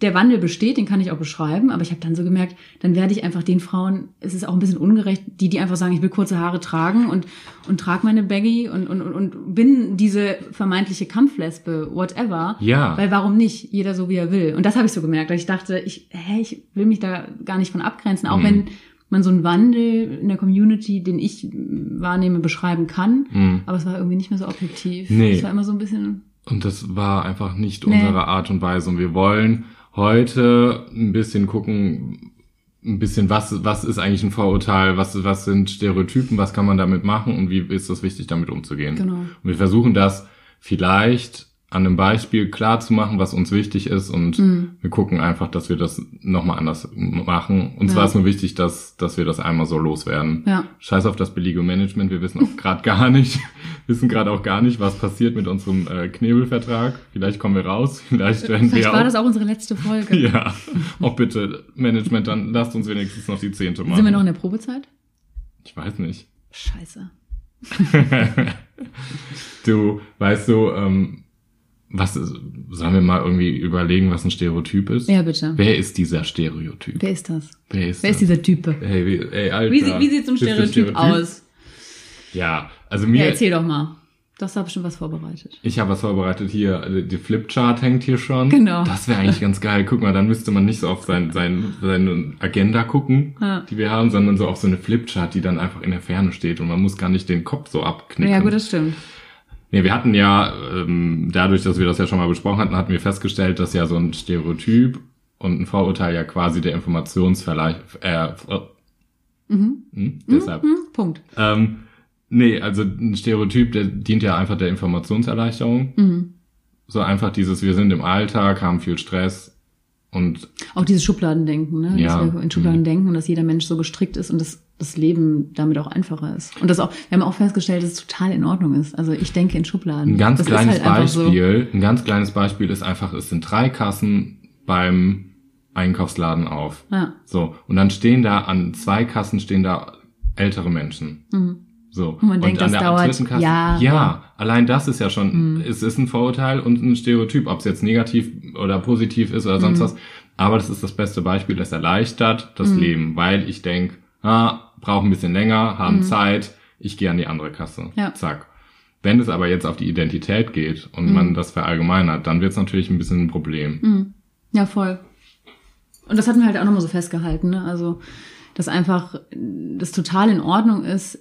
Speaker 4: Der Wandel besteht, den kann ich auch beschreiben, aber ich habe dann so gemerkt, dann werde ich einfach den Frauen, es ist auch ein bisschen ungerecht, die, die einfach sagen, ich will kurze Haare tragen und, und trage meine Baggy und, und, und, und bin diese vermeintliche Kampflesbe, whatever.
Speaker 3: Ja.
Speaker 4: Weil warum nicht? Jeder so, wie er will. Und das habe ich so gemerkt, weil ich dachte, ich, hä, ich will mich da gar nicht von abgrenzen, auch
Speaker 3: Mhm.
Speaker 4: wenn man so einen Wandel in der Community, den ich mm, wahrnehme, beschreiben kann.
Speaker 3: Mhm.
Speaker 4: Aber es war irgendwie nicht mehr so objektiv.
Speaker 3: Nee.
Speaker 4: Es war immer so ein bisschen,
Speaker 3: Und das war einfach nicht
Speaker 4: Nee.
Speaker 3: unsere Art und Weise. Und wir wollen heute ein bisschen gucken, ein bisschen, was, was ist eigentlich ein Vorurteil, was, was sind Stereotypen, was kann man damit machen und wie ist es wichtig, damit umzugehen.
Speaker 4: Genau.
Speaker 3: Und wir versuchen das vielleicht an einem Beispiel klar zu machen, was uns wichtig ist und
Speaker 4: Mhm.
Speaker 3: wir gucken einfach, dass wir das nochmal anders machen. Uns
Speaker 4: Ja.
Speaker 3: war es nur wichtig, dass, dass wir das einmal so loswerden.
Speaker 4: ja.
Speaker 3: Scheiß auf das billige Management, wir wissen auch gerade gar nicht, wissen gerade auch gar nicht, was passiert mit unserem äh, Knebelvertrag. Vielleicht kommen wir raus, vielleicht werden
Speaker 4: Äh, Vielleicht
Speaker 3: wir
Speaker 4: war
Speaker 3: auch,
Speaker 4: das auch unsere letzte Folge.
Speaker 3: Ja, auch bitte Management, dann lasst uns wenigstens noch die zehnte machen.
Speaker 4: Sind wir noch in der Probezeit?
Speaker 3: ich weiß nicht.
Speaker 4: Scheiße.
Speaker 3: Du, weißt du, ähm, was ist, sollen wir mal irgendwie überlegen, was ein Stereotyp ist?
Speaker 4: Ja, bitte.
Speaker 3: Wer ist dieser Stereotyp?
Speaker 4: Wer ist das?
Speaker 3: Wer ist,
Speaker 4: Wer ist
Speaker 3: das?
Speaker 4: dieser Typ?
Speaker 3: Hey, wie, ey, Alter.
Speaker 4: Wie, sie, wie sieht so ein
Speaker 3: bist du
Speaker 4: Stereotyp, aus?
Speaker 3: Ja, also
Speaker 4: Ja,
Speaker 3: mir,
Speaker 4: erzähl doch mal. Du hast da bestimmt was vorbereitet.
Speaker 3: Ich habe was vorbereitet hier. also Die Flipchart hängt hier schon.
Speaker 4: Genau.
Speaker 3: Das wäre eigentlich ganz geil. Guck mal, dann müsste man nicht so auf sein, sein, seine Agenda gucken,
Speaker 4: Ja.
Speaker 3: die wir haben, sondern so auf so eine Flipchart, die dann einfach in der Ferne steht und man muss gar nicht den Kopf so abknicken.
Speaker 4: Ja, gut, das stimmt.
Speaker 3: Nee, wir hatten ja, ähm, dadurch, dass wir das ja schon mal besprochen hatten, hatten wir festgestellt, dass ja so ein Stereotyp und ein Vorurteil ja quasi der Informationsverleih, äh, mhm. deshalb.
Speaker 4: Hm, Punkt.
Speaker 3: Ähm, nee, also ein Stereotyp, der dient ja einfach der Informationserleichterung.
Speaker 4: Mhm.
Speaker 3: So einfach dieses, wir sind im Alltag, haben viel Stress und
Speaker 4: Auch dieses Schubladendenken, ne?
Speaker 3: Ja. Mhm.
Speaker 4: Dass wir in Schubladen denken und dass jeder Mensch so gestrickt ist und das das Leben damit auch einfacher ist. Und das auch, wir haben auch festgestellt, dass es total in Ordnung ist. Also ich denke in Schubladen.
Speaker 3: Ein ganz
Speaker 4: das
Speaker 3: kleines
Speaker 4: ist halt einfach
Speaker 3: Beispiel, ein ganz kleines Beispiel ist einfach, es sind drei Kassen beim Einkaufsladen auf.
Speaker 4: So, ja.
Speaker 3: So. Und dann stehen da an zwei Kassen stehen da ältere Menschen.
Speaker 4: Mhm.
Speaker 3: So.
Speaker 4: Und man denkt,
Speaker 3: an der
Speaker 4: das dauert
Speaker 3: dritten Kasse,
Speaker 4: Jahre. Mhm.
Speaker 3: ja, allein das ist ja schon, es ist ein Vorurteil und ein Stereotyp, ob es jetzt negativ oder positiv ist oder sonst
Speaker 4: Mhm.
Speaker 3: was. Aber das ist das beste Beispiel, das erleichtert das Leben, weil ich denk, ah, brauche ein bisschen länger, haben Zeit, ich gehe an die andere Kasse.
Speaker 4: Mhm. Ja. Mhm.
Speaker 3: Zack. Wenn es aber jetzt auf die Identität geht und man das verallgemeinert, dann wird es natürlich ein bisschen ein Problem.
Speaker 4: Ja, voll. Und das hatten wir halt auch nochmal so festgehalten, ne? Also, dass einfach äh, das total in Ordnung ist,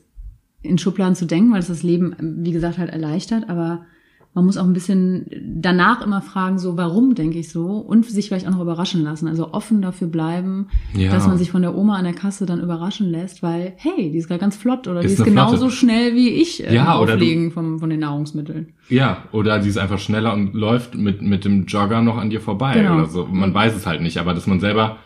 Speaker 4: in Schubladen zu denken, weil es das Leben, äh, wie gesagt, halt erleichtert, aber man muss auch ein bisschen danach immer fragen, so, warum denke ich so? Und sich vielleicht auch noch überraschen lassen. Also offen dafür bleiben,
Speaker 3: Ja.
Speaker 4: dass man sich von der Oma an der Kasse dann überraschen lässt, weil, hey, die ist gerade ganz flott oder
Speaker 3: Ist
Speaker 4: die ist
Speaker 3: eine Flotte.
Speaker 4: genauso schnell wie ich äh,
Speaker 3: Ja, oder du-
Speaker 4: auflegen vom, von den Nahrungsmitteln.
Speaker 3: Ja, oder die ist einfach schneller und läuft mit, mit dem Jogger noch an dir vorbei
Speaker 4: Genau.
Speaker 3: oder so. Man weiß es halt nicht, aber dass man selber,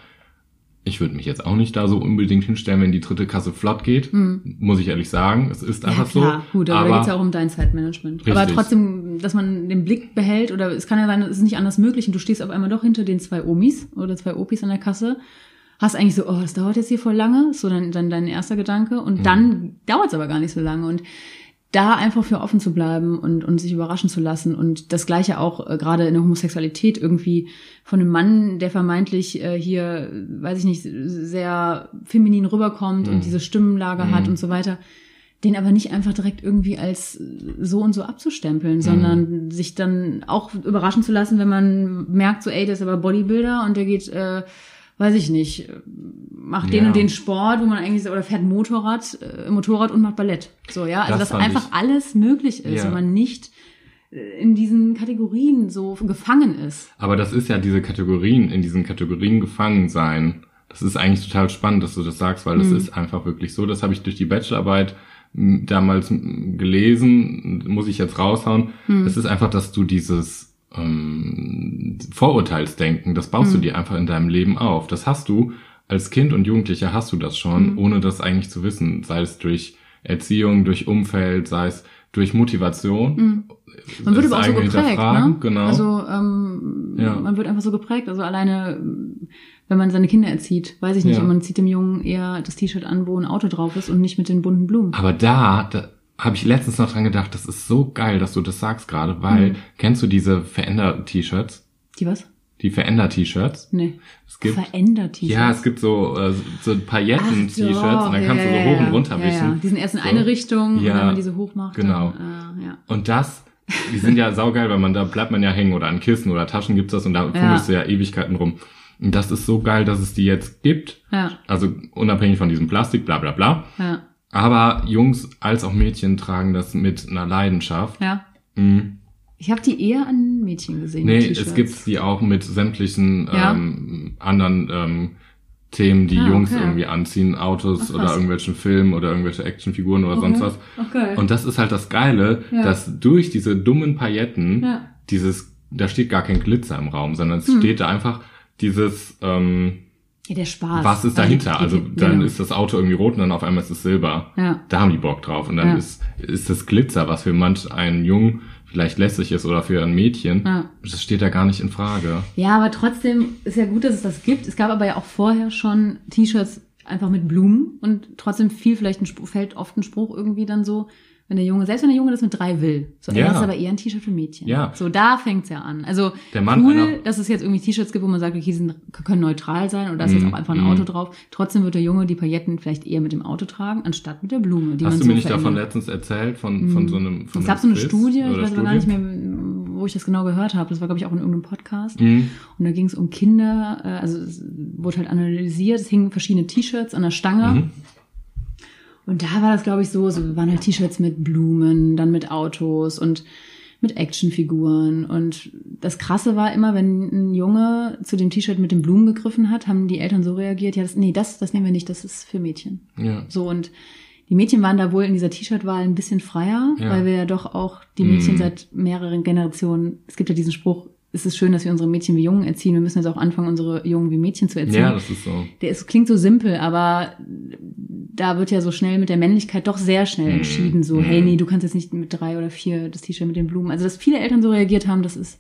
Speaker 3: ich würde mich jetzt auch nicht da so unbedingt hinstellen, wenn die dritte Kasse flott geht, muss ich ehrlich sagen. Es ist einfach so.
Speaker 4: Hm. gut, aber, da geht's ja auch um dein Zeitmanagement. Aber
Speaker 3: Richtig.
Speaker 4: trotzdem, dass man den Blick behält oder es kann ja sein, es ist nicht anders möglich und du stehst auf einmal doch hinter den zwei Omis oder zwei Opis an der Kasse, hast eigentlich so, oh, das dauert jetzt hier voll lange, so dann dein, dein erster Gedanke
Speaker 3: Mhm.
Speaker 4: und dann dauert's aber gar nicht so lange und da einfach für offen zu bleiben und, und sich überraschen zu lassen und das gleiche auch äh, gerade in der Homosexualität irgendwie von einem Mann, der vermeintlich äh, hier, äh, weiß ich nicht, sehr feminin rüberkommt
Speaker 3: Mhm.
Speaker 4: und diese Stimmenlage hat und so weiter, den aber nicht einfach direkt irgendwie als äh, so und so
Speaker 3: Mhm.
Speaker 4: abzustempeln, sondern sich dann auch überraschen zu lassen, wenn man merkt, so, ey, das ist aber Bodybuilder und der geht, äh, weiß ich nicht, äh, macht den
Speaker 3: Ja.
Speaker 4: und den Sport, wo man eigentlich so, oder fährt Motorrad, äh, Motorrad und macht Ballett. So, ja, also
Speaker 3: Das
Speaker 4: dass
Speaker 3: fand
Speaker 4: einfach
Speaker 3: ich-
Speaker 4: alles möglich ist
Speaker 3: Ja.
Speaker 4: und man nicht äh, in diesen Kategorien so gefangen ist.
Speaker 3: Aber das ist ja diese Kategorien, in diesen Kategorien gefangen sein. Das ist eigentlich total spannend, dass du das sagst, weil das
Speaker 4: Mhm.
Speaker 3: ist einfach wirklich so. Das habe ich durch die Bachelorarbeit m, damals m, gelesen, muss ich jetzt raushauen.
Speaker 4: Mhm.
Speaker 3: Es ist einfach, dass du dieses ähm, Vorurteilsdenken, das
Speaker 4: Mhm.
Speaker 3: baust du dir einfach in deinem Leben auf. Das hast du als Kind und Jugendlicher hast du das schon,
Speaker 4: Mhm.
Speaker 3: ohne das eigentlich zu wissen. Sei es durch Erziehung, durch Umfeld, sei es durch Motivation.
Speaker 4: Mhm. Man wird
Speaker 3: Das
Speaker 4: aber auch so
Speaker 3: eigene
Speaker 4: geprägt, ne?
Speaker 3: Hinterfragen, Genau.
Speaker 4: Also ähm,
Speaker 3: Ja.
Speaker 4: man wird einfach so geprägt. Also alleine, ähm, wenn man seine Kinder erzieht, weiß ich nicht,
Speaker 3: Ja.
Speaker 4: und man zieht dem Jungen eher das T-Shirt an, wo ein Auto drauf ist und nicht mit den bunten Blumen.
Speaker 3: Aber da, da habe ich letztens noch dran gedacht, das ist so geil, dass du das sagst gerade, weil
Speaker 4: Mhm.
Speaker 3: kennst du diese Veränder-T-Shirts?
Speaker 4: Die was?
Speaker 3: Die Veränder-T-Shirts?
Speaker 4: Nee.
Speaker 3: Es gibt
Speaker 4: Verändert T-Shirts.
Speaker 3: ja, es gibt so äh, so Pailletten-T-Shirts
Speaker 4: Ach doch,
Speaker 3: und dann
Speaker 4: ja,
Speaker 3: kannst du so
Speaker 4: ja,
Speaker 3: hoch
Speaker 4: ja.
Speaker 3: und runter
Speaker 4: ja,
Speaker 3: wischen.
Speaker 4: Ja. Die sind erst in
Speaker 3: So.
Speaker 4: eine Richtung
Speaker 3: Ja.
Speaker 4: und wenn man diese hoch macht,
Speaker 3: Genau.
Speaker 4: dann, äh, ja.
Speaker 3: Und das, die sind ja saugeil, weil man da bleibt man ja hängen oder an Kissen oder Taschen gibt's das und da fummelst du ja Ewigkeiten rum. Und das ist so geil, dass es die jetzt gibt.
Speaker 4: Ja.
Speaker 3: Also unabhängig von diesem Plastik, bla bla bla.
Speaker 4: Ja.
Speaker 3: Aber Jungs als auch Mädchen tragen das mit einer Leidenschaft.
Speaker 4: Ja.
Speaker 3: Mhm.
Speaker 4: Ich habe die eher an Mädchen gesehen.
Speaker 3: Nee,
Speaker 4: die
Speaker 3: es
Speaker 4: T-Shirts.
Speaker 3: gibt die auch mit sämtlichen
Speaker 4: Ja?
Speaker 3: ähm, anderen ähm, Themen, die
Speaker 4: Ah,
Speaker 3: Jungs
Speaker 4: okay.
Speaker 3: irgendwie anziehen, Autos
Speaker 4: Ach,
Speaker 3: oder
Speaker 4: krass.
Speaker 3: irgendwelchen Filmen oder irgendwelche Actionfiguren oder
Speaker 4: Okay.
Speaker 3: sonst was.
Speaker 4: Okay.
Speaker 3: Und das ist halt das Geile,
Speaker 4: Ja.
Speaker 3: dass durch diese dummen Pailletten
Speaker 4: Ja. Hm.
Speaker 3: dieses, da steht gar kein Glitzer im Raum, sondern es steht da einfach dieses, ähm,
Speaker 4: ja, der Spaß.
Speaker 3: was ist
Speaker 4: Also die-
Speaker 3: dahinter?
Speaker 4: die-
Speaker 3: Also
Speaker 4: die-
Speaker 3: dann
Speaker 4: genau.
Speaker 3: ist das Auto irgendwie rot und dann auf einmal ist es silber.
Speaker 4: Ja.
Speaker 3: Da haben die Bock drauf. Und dann
Speaker 4: Ja.
Speaker 3: ist, ist das Glitzer, was für manch einen Jungen vielleicht lässig ist oder für ein Mädchen,
Speaker 4: Ja.
Speaker 3: das steht da gar nicht in Frage.
Speaker 4: Ja, aber trotzdem ist ja gut, dass es das gibt. Es gab aber ja auch vorher schon T-Shirts einfach mit Blumen und trotzdem fiel vielleicht ein Spruch, fällt oft ein Spruch irgendwie dann so, wenn der Junge, selbst wenn der Junge das mit drei will, so
Speaker 3: Ja.
Speaker 4: er ist aber eher ein T-Shirt für Mädchen.
Speaker 3: Ja.
Speaker 4: So da fängt's ja an. Also
Speaker 3: Der Mann einer-
Speaker 4: cool, dass es jetzt irgendwie T-Shirts gibt, wo man sagt, okay, die sind, können neutral sein oder da ist jetzt
Speaker 3: Mhm.
Speaker 4: auch einfach ein
Speaker 3: Mhm.
Speaker 4: Auto drauf. Trotzdem wird der Junge die Pailletten vielleicht eher mit dem Auto tragen, anstatt mit der Blume, die
Speaker 3: Hast
Speaker 4: man
Speaker 3: du
Speaker 4: so
Speaker 3: mir nicht davon
Speaker 4: verändert. Mhm.
Speaker 3: letztens erzählt, von, von so einem von
Speaker 4: Es gab so eine
Speaker 3: Quiz
Speaker 4: Studie, ich
Speaker 3: oder
Speaker 4: weiß aber gar nicht
Speaker 3: Studie?
Speaker 4: mehr, wo ich das genau gehört habe. Das war, glaube ich, auch in irgendeinem Podcast.
Speaker 3: Mhm.
Speaker 4: Und da ging es um Kinder, äh, also es wurde halt analysiert, es hingen verschiedene T-Shirts an der Stange.
Speaker 3: Mhm.
Speaker 4: Und da war das, glaube ich, so, so waren halt T-Shirts mit Blumen, dann mit Autos und mit Actionfiguren. Und das Krasse war immer, wenn ein Junge zu dem T-Shirt mit den Blumen gegriffen hat, haben die Eltern so reagiert, ja, das, nee, das, das nehmen wir nicht, das ist für Mädchen.
Speaker 3: Ja.
Speaker 4: So und die Mädchen waren da wohl in dieser T-Shirt-Wahl ein bisschen freier,
Speaker 3: Ja.
Speaker 4: weil wir ja doch auch die Mädchen
Speaker 3: Mhm.
Speaker 4: seit mehreren Generationen, es gibt ja diesen Spruch, es ist schön, dass wir unsere Mädchen wie Jungen erziehen. Wir müssen jetzt auch anfangen, unsere Jungen wie Mädchen zu erziehen.
Speaker 3: Ja, das ist so.
Speaker 4: Der ist, klingt so simpel, aber da wird ja so schnell mit der Männlichkeit doch sehr schnell
Speaker 3: Mhm.
Speaker 4: entschieden. So, hey, nee, du kannst jetzt nicht mit drei oder vier das T-Shirt mit den Blumen. Also, dass viele Eltern so reagiert haben, das ist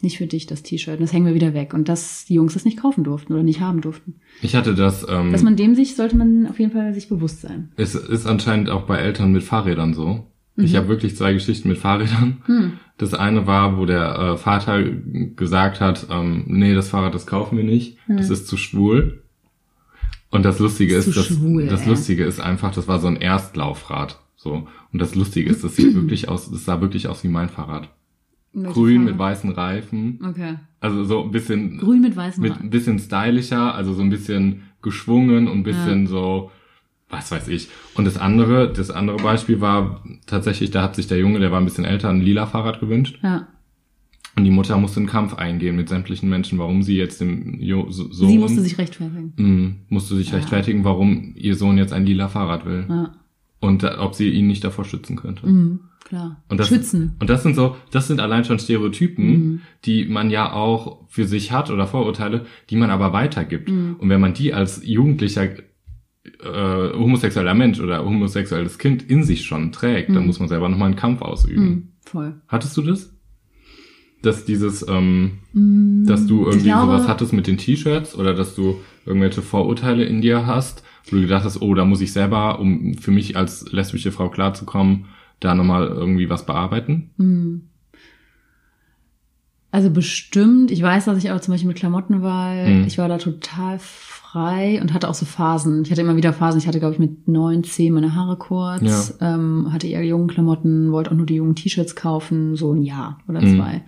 Speaker 4: nicht für dich das T-Shirt. Und Das hängen wir wieder weg. Und dass die Jungs das nicht kaufen durften oder nicht haben durften.
Speaker 3: Ich hatte das, ähm,
Speaker 4: Dass man dem sich, sollte man auf jeden Fall sich bewusst sein.
Speaker 3: es ist anscheinend auch bei Eltern mit Fahrrädern so.
Speaker 4: Mhm.
Speaker 3: Ich habe wirklich zwei Geschichten mit Fahrrädern.
Speaker 4: Hm.
Speaker 3: Das eine war, wo der äh, Vater gesagt hat, ähm, nee, das Fahrrad, das kaufen wir nicht, das ist zu schwul. Und das Lustige
Speaker 4: Ist
Speaker 3: ist,
Speaker 4: Hm. zu
Speaker 3: das,
Speaker 4: schwul,
Speaker 3: das
Speaker 4: ey.
Speaker 3: Lustige ist einfach, das war so ein Erstlaufrad. So. Und das Lustige ist, das sieht wirklich aus, das sah wirklich aus wie mein Fahrrad. Grün mit weißen Reifen.
Speaker 4: Okay.
Speaker 3: Also so ein bisschen
Speaker 4: Grün mit weißem
Speaker 3: mit ein bisschen stylischer, also so ein bisschen geschwungen und ein bisschen so, was weiß ich. Und das andere, das andere Beispiel war tatsächlich, da hat sich der Junge, der war ein bisschen älter, ein lila Fahrrad gewünscht.
Speaker 4: Ja.
Speaker 3: Und die Mutter musste einen Kampf eingehen mit sämtlichen Menschen, warum sie jetzt dem jo so Sohn
Speaker 4: Sie musste sich rechtfertigen.
Speaker 3: Mm, musste sich rechtfertigen, warum ihr Sohn jetzt ein lila Fahrrad will.
Speaker 4: Ja.
Speaker 3: Und da, ob sie ihn nicht davor schützen könnte.
Speaker 4: Mhm, klar.
Speaker 3: Und das,
Speaker 4: Schützen. Mhm.
Speaker 3: Und das sind so, das sind allein schon Stereotypen, die man ja auch für sich hat oder Vorurteile, die man aber weitergibt.
Speaker 4: Mhm.
Speaker 3: Und wenn man die als jugendlicher äh, homosexueller Mensch oder homosexuelles Kind in sich schon trägt, dann muss man selber nochmal einen Kampf ausüben.
Speaker 4: Mhm, voll.
Speaker 3: Hattest du das? Dass dieses, ähm, dass du irgendwie
Speaker 4: Mm, glaube-
Speaker 3: sowas hattest mit den T-Shirts oder dass du irgendwelche Vorurteile in dir hast, wo du gedacht hast, oh, da muss ich selber, um für mich als lesbische Frau klarzukommen, da nochmal irgendwie was bearbeiten?
Speaker 4: Mhm. Also bestimmt. Ich weiß, dass ich auch zum Beispiel mit Klamottenwahl,
Speaker 3: Mhm.
Speaker 4: ich war da total frei und hatte auch so Phasen. Ich hatte immer wieder Phasen. Ich hatte, glaube ich, mit neun, zehn meine Haare kurz, ähm, hatte eher jungen Klamotten, wollte auch nur die jungen T-Shirts kaufen, so ein Jahr oder zwei.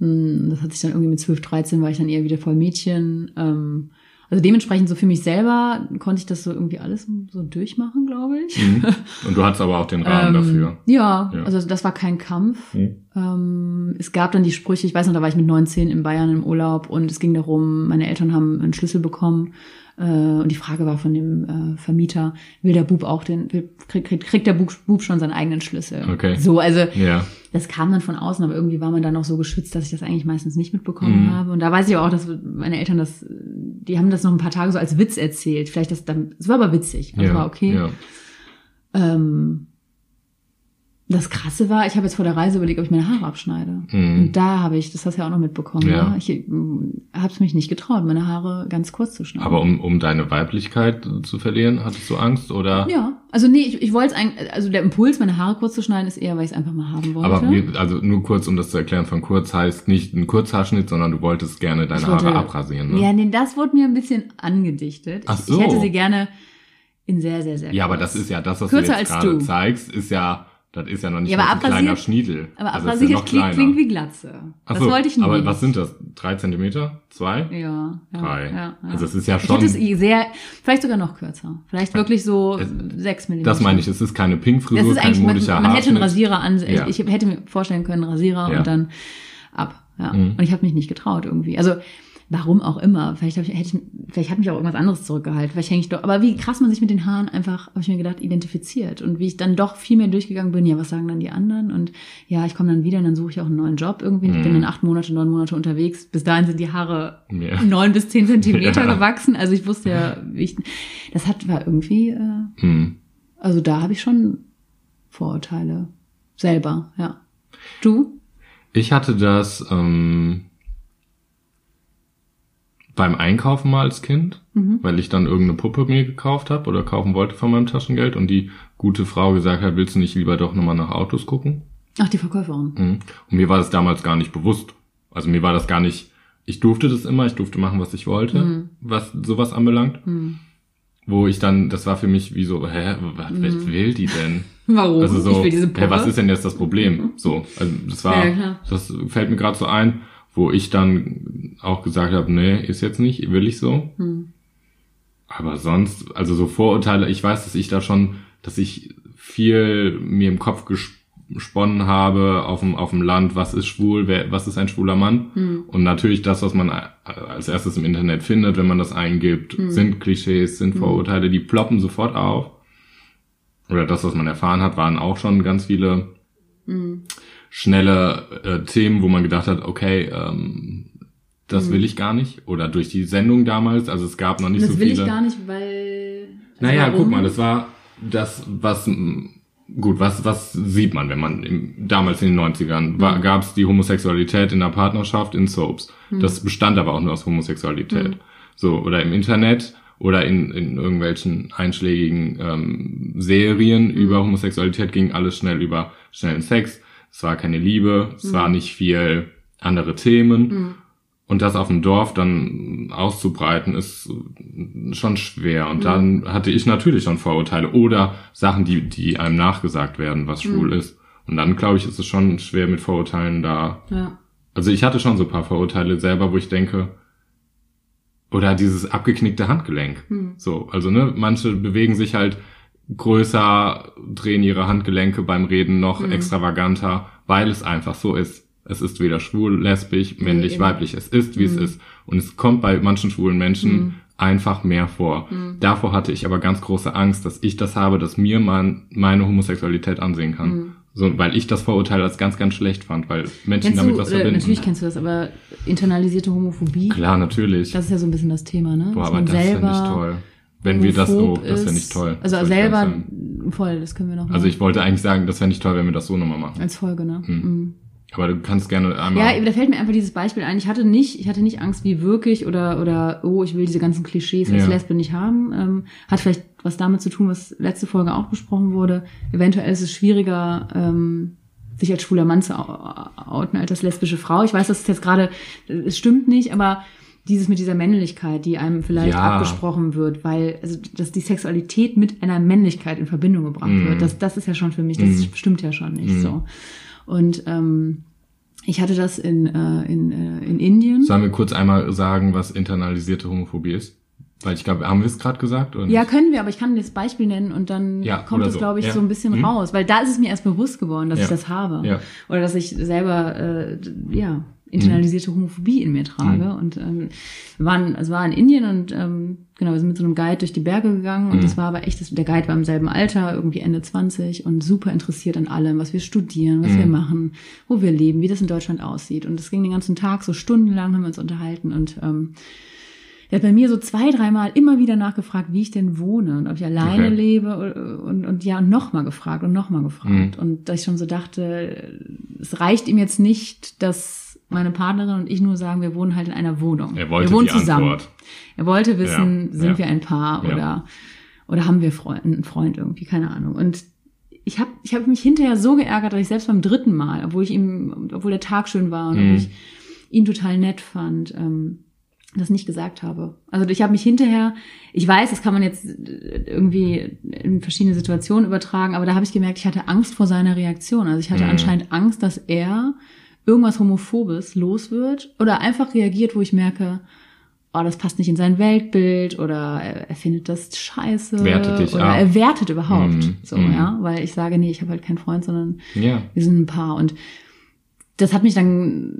Speaker 3: Mhm.
Speaker 4: Mm, Das hat sich dann irgendwie mit 12, 13 war ich dann eher wieder voll Mädchen. Ähm, also dementsprechend so für mich selber konnte ich das so irgendwie alles so durchmachen, glaube ich.
Speaker 3: Mhm. Und du hattest aber auch den Rahmen
Speaker 4: Ähm,
Speaker 3: dafür.
Speaker 4: Ja,
Speaker 3: Ja.
Speaker 4: also das war kein Kampf.
Speaker 3: Mhm.
Speaker 4: Ähm, es gab dann die Sprüche, ich weiß noch, da war ich mit 19 in Bayern im Urlaub und es ging darum, meine Eltern haben einen Schlüssel bekommen äh, und die Frage war von dem äh, Vermieter, will der Bub auch den, will, krieg, krieg, kriegt der Bub, Bub schon seinen eigenen Schlüssel?
Speaker 3: Okay.
Speaker 4: So, also
Speaker 3: Ja.
Speaker 4: das kam dann von außen, aber irgendwie war man dann auch so geschützt, dass ich das eigentlich meistens nicht mitbekommen
Speaker 3: Mhm.
Speaker 4: habe. Und da weiß ich aber auch, dass meine Eltern das, die haben das noch ein paar Tage so als Witz erzählt. Vielleicht das dann, es war aber witzig, das
Speaker 3: ja.
Speaker 4: war okay.
Speaker 3: Ja.
Speaker 4: Ähm, das Krasse war, ich habe jetzt vor der Reise überlegt, ob ich meine Haare abschneide.
Speaker 3: Mhm.
Speaker 4: Und da habe ich, das hast du ja auch noch mitbekommen,
Speaker 3: Ja.
Speaker 4: ne? ich habe es mich nicht getraut, meine Haare ganz kurz zu schneiden.
Speaker 3: Aber um, um deine Weiblichkeit zu verlieren, hattest du Angst oder?
Speaker 4: ja, also nee, ich, ich wollte es eigentlich, also der Impuls, meine Haare kurz zu schneiden, ist eher, weil ich es einfach mal haben wollte.
Speaker 3: Aber wir, also nur kurz, um das zu erklären, von kurz heißt nicht ein Kurzhaarschnitt, sondern du wolltest gerne deine
Speaker 4: Ich wollte-
Speaker 3: Haare abrasieren. Ne?
Speaker 4: Ja, nee, das wurde mir ein bisschen angedichtet.
Speaker 3: Ach
Speaker 4: Ich-
Speaker 3: so.
Speaker 4: Ich hätte sie gerne in sehr, sehr, sehr
Speaker 3: Ja, aber
Speaker 4: kurz.
Speaker 3: das ist ja das, was
Speaker 4: Kürzer
Speaker 3: du jetzt
Speaker 4: als
Speaker 3: gerade
Speaker 4: du.
Speaker 3: zeigst, ist ja, das ist ja noch nicht
Speaker 4: Ja,
Speaker 3: mal
Speaker 4: aber
Speaker 3: so ein kleiner
Speaker 4: abrasiert-
Speaker 3: Schniedel.
Speaker 4: Aber
Speaker 3: Also ist ja
Speaker 4: abrasiert
Speaker 3: noch
Speaker 4: klingt,
Speaker 3: kleiner.
Speaker 4: klingt wie Glatze.
Speaker 3: Ach
Speaker 4: das
Speaker 3: so,
Speaker 4: wollte ich nicht.
Speaker 3: Aber was sind das? Drei Zentimeter? Zwei?
Speaker 4: Ja, ja,
Speaker 3: Drei.
Speaker 4: Ja, ja.
Speaker 3: Also es ist ja
Speaker 4: ich
Speaker 3: schon-
Speaker 4: hätte es eh sehr, vielleicht sogar noch kürzer. Vielleicht wirklich so sechs Millimeter.
Speaker 3: Das meine ich, es ist keine
Speaker 4: Das
Speaker 3: Pinkfrisur,
Speaker 4: ist
Speaker 3: kein
Speaker 4: eigentlich, man,
Speaker 3: modischer
Speaker 4: man hätte einen
Speaker 3: Haarschnitt.
Speaker 4: Rasierer an.
Speaker 3: Ja.
Speaker 4: Ich, ich hätte mir vorstellen können, Rasierer
Speaker 3: Ja.
Speaker 4: und dann ab. Ja.
Speaker 3: Mhm.
Speaker 4: Und ich habe mich nicht getraut irgendwie. Also warum auch immer. Vielleicht, hab ich, hätte ich, vielleicht hat mich auch irgendwas anderes zurückgehalten. Vielleicht hänge ich doch. Aber wie krass man sich mit den Haaren einfach, habe ich mir gedacht, identifiziert. Und wie ich dann doch viel mehr durchgegangen bin, ja, was sagen dann die anderen? Und ja, ich komme dann wieder und dann suche ich auch einen neuen Job irgendwie. Ich bin dann acht Monate, neun Monate unterwegs. Bis dahin sind die Haare
Speaker 3: Mhm. Ja.
Speaker 4: neun bis zehn Zentimeter
Speaker 3: Ja.
Speaker 4: gewachsen. Also ich wusste ja, wie ich, das hat war irgendwie. Äh,
Speaker 3: Hm.
Speaker 4: also da habe ich schon Vorurteile selber, ja. Du?
Speaker 3: Ich hatte das ähm, beim Einkaufen mal als Kind,
Speaker 4: Mhm.
Speaker 3: weil ich dann irgendeine Puppe mir gekauft habe oder kaufen wollte von meinem Taschengeld und die gute Frau gesagt hat, willst du nicht lieber doch nochmal nach Autos gucken?
Speaker 4: Ach, die Verkäuferin.
Speaker 3: Mhm. Und mir war das damals gar nicht bewusst. Also mir war das gar nicht, ich durfte das immer, ich durfte machen, was ich wollte, was sowas anbelangt. Wo ich dann, das war für mich wie so, hä, was will die denn?
Speaker 4: Warum?
Speaker 3: Also so,
Speaker 4: ich will diese Puppe.
Speaker 3: hä,
Speaker 4: Mhm.
Speaker 3: was ist denn jetzt das Problem? So, also das war,
Speaker 4: Ja, klar.
Speaker 3: das fällt mir gerade so ein, wo ich dann auch gesagt habe, nee, ist jetzt nicht, will ich so.
Speaker 4: Mhm.
Speaker 3: Aber sonst, also so Vorurteile, ich weiß, dass ich da schon, dass ich viel mir im Kopf gesponnen habe auf dem, auf dem Land, was ist schwul, wer, was ist ein schwuler Mann?
Speaker 4: Mhm.
Speaker 3: Und natürlich das, was man a- als erstes im Internet findet, wenn man das eingibt,
Speaker 4: Mhm.
Speaker 3: sind Klischees, sind Vorurteile, die ploppen sofort auf. Oder das, was man erfahren hat, waren auch schon ganz viele schnelle äh, Themen, wo man gedacht hat, okay, ähm, das will ich gar nicht. Oder durch die Sendung damals, also es gab noch nicht
Speaker 4: Mhm. das
Speaker 3: so
Speaker 4: will
Speaker 3: viele.
Speaker 4: ich gar nicht, weil. also
Speaker 3: Naja,
Speaker 4: warum?
Speaker 3: guck mal, das war das, was m, gut, was, was sieht man, wenn man im, damals in den 90ern war, gab's die Homosexualität in der Partnerschaft in Soaps. Das bestand aber auch nur aus Homosexualität. So, oder im Internet oder in, in irgendwelchen einschlägigen ähm, Serien über Homosexualität ging alles schnell über schnellen Sex. Es war keine Liebe, es war nicht viel andere Themen. Und das auf dem Dorf dann auszubreiten, ist schon schwer. Und dann hatte ich natürlich schon Vorurteile oder Sachen, die, die einem nachgesagt werden, was schwul ist. Und dann, glaube ich, ist es schon schwer mit Vorurteilen da.
Speaker 4: Ja.
Speaker 3: Also ich hatte schon so ein paar Vorurteile selber, wo ich denke, oder dieses abgeknickte Handgelenk.
Speaker 4: Hm.
Speaker 3: So, also ne, manche bewegen sich halt größer, drehen ihre Handgelenke beim Reden noch
Speaker 4: Hm.
Speaker 3: extravaganter, weil es einfach so ist. Es ist weder schwul, lesbisch, männlich,
Speaker 4: eben.
Speaker 3: weiblich. Es ist, wie es
Speaker 4: Hm.
Speaker 3: ist. Und es kommt bei manchen schwulen Menschen einfach mehr vor.
Speaker 4: Hm.
Speaker 3: Davor hatte ich aber ganz große Angst, dass ich das habe, dass mir mein, meine Homosexualität ansehen kann.
Speaker 4: Hm.
Speaker 3: So, weil ich das Vorurteil als ganz, ganz schlecht fand, weil Menschen
Speaker 4: Kennst
Speaker 3: damit
Speaker 4: du,
Speaker 3: was
Speaker 4: äh,
Speaker 3: verbinden.
Speaker 4: natürlich kennst du das, aber internalisierte Homophobie,
Speaker 3: Klar, natürlich.
Speaker 4: das ist ja so ein bisschen das Thema, ne?
Speaker 3: Boah,
Speaker 4: Dass
Speaker 3: aber
Speaker 4: man
Speaker 3: das wäre
Speaker 4: selber
Speaker 3: nicht toll. Wenn wir das so,
Speaker 4: homophob
Speaker 3: das wäre
Speaker 4: ist.
Speaker 3: nicht toll.
Speaker 4: Also
Speaker 3: Das würd ich
Speaker 4: selber,
Speaker 3: gleich sagen.
Speaker 4: voll, das können wir noch
Speaker 3: Also
Speaker 4: mal
Speaker 3: ich wollte Hm. eigentlich sagen, das wäre nicht toll, wenn wir das so nochmal machen.
Speaker 4: als Folge, ne? Mhm.
Speaker 3: Aber du kannst gerne
Speaker 4: Ja,
Speaker 3: einmal.
Speaker 4: da fällt mir einfach dieses Beispiel ein. Ich hatte nicht, ich hatte nicht Angst wie wirklich oder oder oh, ich will diese ganzen Klischees als
Speaker 3: Ja.
Speaker 4: Lesbe nicht haben. Ähm, hat vielleicht was damit zu tun, was letzte Folge auch besprochen wurde. Eventuell ist es schwieriger, ähm, sich als schwuler Mann zu au- outen als als lesbische Frau. Ich weiß, das ist jetzt gerade, es stimmt nicht, aber dieses mit dieser Männlichkeit, die einem vielleicht
Speaker 3: Ja.
Speaker 4: abgesprochen wird, weil also dass die Sexualität mit einer Männlichkeit in Verbindung gebracht
Speaker 3: Mhm.
Speaker 4: wird, das das ist ja schon für mich, das
Speaker 3: Mhm.
Speaker 4: stimmt ja schon nicht
Speaker 3: Mhm.
Speaker 4: so. Und ähm, ich hatte das in, äh, in, äh, in Indien.
Speaker 3: Sollen wir kurz einmal sagen, was internalisierte Homophobie ist? Weil ich glaube, haben wir es gerade gesagt? Oder
Speaker 4: Ja,
Speaker 3: nicht?
Speaker 4: können wir, aber ich kann das Beispiel nennen und dann
Speaker 3: Ja,
Speaker 4: kommt
Speaker 3: oder
Speaker 4: es,
Speaker 3: so.
Speaker 4: glaube ich,
Speaker 3: Ja.
Speaker 4: so ein bisschen
Speaker 3: Mhm.
Speaker 4: raus. Weil da ist es mir erst bewusst geworden, dass
Speaker 3: Ja.
Speaker 4: ich das habe.
Speaker 3: Ja.
Speaker 4: Oder dass ich selber äh, d- ja, internalisierte Homophobie in mir trage.
Speaker 3: Hm.
Speaker 4: Und ähm, wir waren, es war in Indien und ähm, genau, wir sind mit so einem Guide durch die Berge gegangen und
Speaker 3: Hm.
Speaker 4: das war aber echt, das, der Guide war im selben Alter, irgendwie Ende 20 und super interessiert an allem, was wir studieren, was wir
Speaker 3: Hm.
Speaker 4: machen, wo wir leben, wie das in Deutschland aussieht. Und das ging den ganzen Tag, so stundenlang haben wir uns unterhalten und ähm, er hat bei mir so zwei, dreimal immer wieder nachgefragt, wie ich denn wohne und ob ich alleine
Speaker 3: Okay.
Speaker 4: lebe und, und ja, und nochmal gefragt und nochmal gefragt.
Speaker 3: Mhm.
Speaker 4: Und dass ich schon so dachte, es reicht ihm jetzt nicht, dass meine Partnerin und ich nur sagen, wir wohnen halt in einer Wohnung.
Speaker 3: Er wollte
Speaker 4: wir wohnen
Speaker 3: die
Speaker 4: zusammen.
Speaker 3: Antwort.
Speaker 4: Er wollte wissen,
Speaker 3: Ja,
Speaker 4: sind
Speaker 3: ja.
Speaker 4: wir ein Paar
Speaker 3: Ja.
Speaker 4: oder, oder haben wir Freund, einen Freund irgendwie, keine Ahnung. Und ich habe ich hab mich hinterher so geärgert, dass ich selbst beim dritten Mal, obwohl ich ihm, obwohl der Tag schön war und
Speaker 3: Mhm.
Speaker 4: obwohl ich ihn total nett fand, ähm, das nicht gesagt habe. Also ich habe mich hinterher, ich weiß, das kann man jetzt äh, irgendwie in verschiedene Situationen übertragen, aber da habe ich gemerkt, ich hatte Angst vor seiner Reaktion. Also ich hatte
Speaker 3: Mhm.
Speaker 4: anscheinend Angst, dass er irgendwas Homophobes los wird oder einfach reagiert, wo ich merke, oh, das passt nicht in sein Weltbild oder er, er findet das scheiße
Speaker 3: Wertet dich
Speaker 4: oder
Speaker 3: ab.
Speaker 4: er wertet überhaupt.
Speaker 3: Mhm.
Speaker 4: So,
Speaker 3: Mhm.
Speaker 4: ja, weil ich sage, nee, ich habe halt keinen Freund, sondern
Speaker 3: Ja.
Speaker 4: wir sind ein Paar. Und das hat mich dann